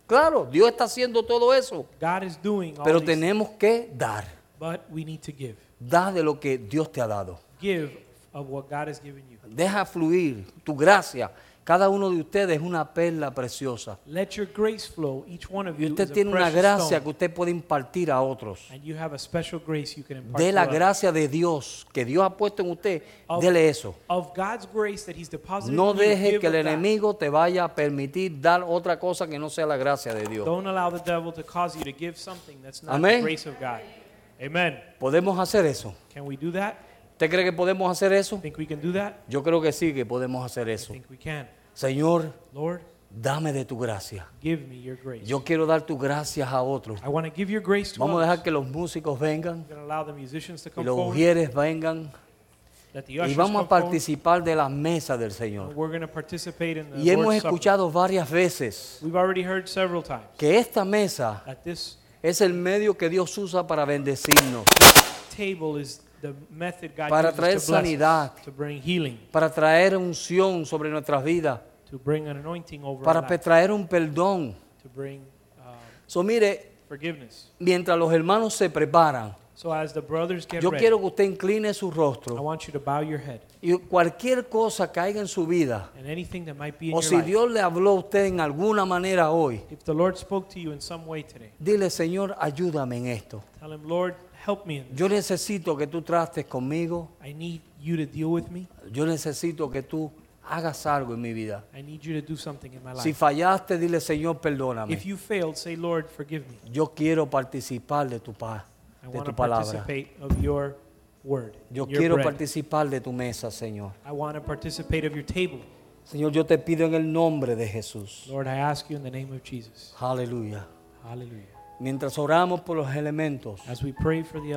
Claro, Dios está haciendo todo eso.
God is doing all
Pero
these
tenemos que dar.
But we need to give.
Da de lo que Dios te ha dado.
Give of what God has given you.
Deja fluir tu gracia. Cada uno de ustedes es una perla preciosa.
Let your grace flow. Each one of
Y
you is
usted
a
tiene una
precious
gracia que
stone,
usted puede impartir a otros.
and you have a special grace you can impart
De la
to others.
gracia de Dios que Dios ha puesto en usted,
Of-
dele eso.
Of God's grace that He's deposited
No
in you,
deje
give
que el
of that.
enemigo te vaya a permitir dar otra cosa que no sea la gracia de Dios.
Don't allow the devil to cause you to give something that's not
Amén.
the grace of God. Amen.
¿Podemos hacer eso?
Can we do that?
¿Usted cree que podemos hacer eso?
Think we can do that?
Yo creo que sí, que podemos hacer eso.
Think we can.
Señor,
Lord,
dame de tu gracia.
give me your grace.
Yo quiero dar tu gracias a otros.
I want to give your grace to
Vamos a
others.
dejar que los músicos vengan
We're going to allow the musicians to
y
come
los
forward.
mujeres vengan
Let the
y
ushers
vamos
come
a
forward.
participar de las mesas del
And
Señor.
We're going to participate in the
Y hemos
Lord's Supper.
escuchado varias veces
We've already heard several times
que esta mesa
that this
es el medio que Dios usa para bendecirnos,
table is the method God
Para
uses to
traer
bless us,
sanidad.
to bring healing,
para traer unción sobre nuestras vidas,
to bring an anointing over
para
our
pe-
life,
traer un perdón.
to bring um,
So, mire,
forgiveness.
mientras los hermanos se preparan,
So as the brothers get
yo
ready,
quiero que usted incline su
I
rostro
want you to bow your head.
y cualquier cosa caiga en su vida,
And anything that might be in your
o Oh, si
life,
Dios le habló a usted en alguna manera hoy,
if the Lord spoke to you in some way today,
dile, Señor, ayúdame en esto.
tell Him, Lord, help me in this.
Yo necesito que tú trastes conmigo,
I need you to deal with me.
yo necesito que tú hagas algo en mi vida.
I need you to do something in my life.
Si fallaste, dile, Señor, perdóname.
if you failed, say, Lord, forgive me.
Yo quiero participar de tu paz,
I
de
want
tu
to
palabra.
participate of your word.
Yo
your
quiero
bread.
participar de tu mesa, Señor.
I want to participate of your table.
Señor, yo te pido en el nombre de Jesús.
Lord, I ask you in the name of Jesus.
Aleluya.
Hallelujah.
Mientras oramos por los elementos,
As we pray for the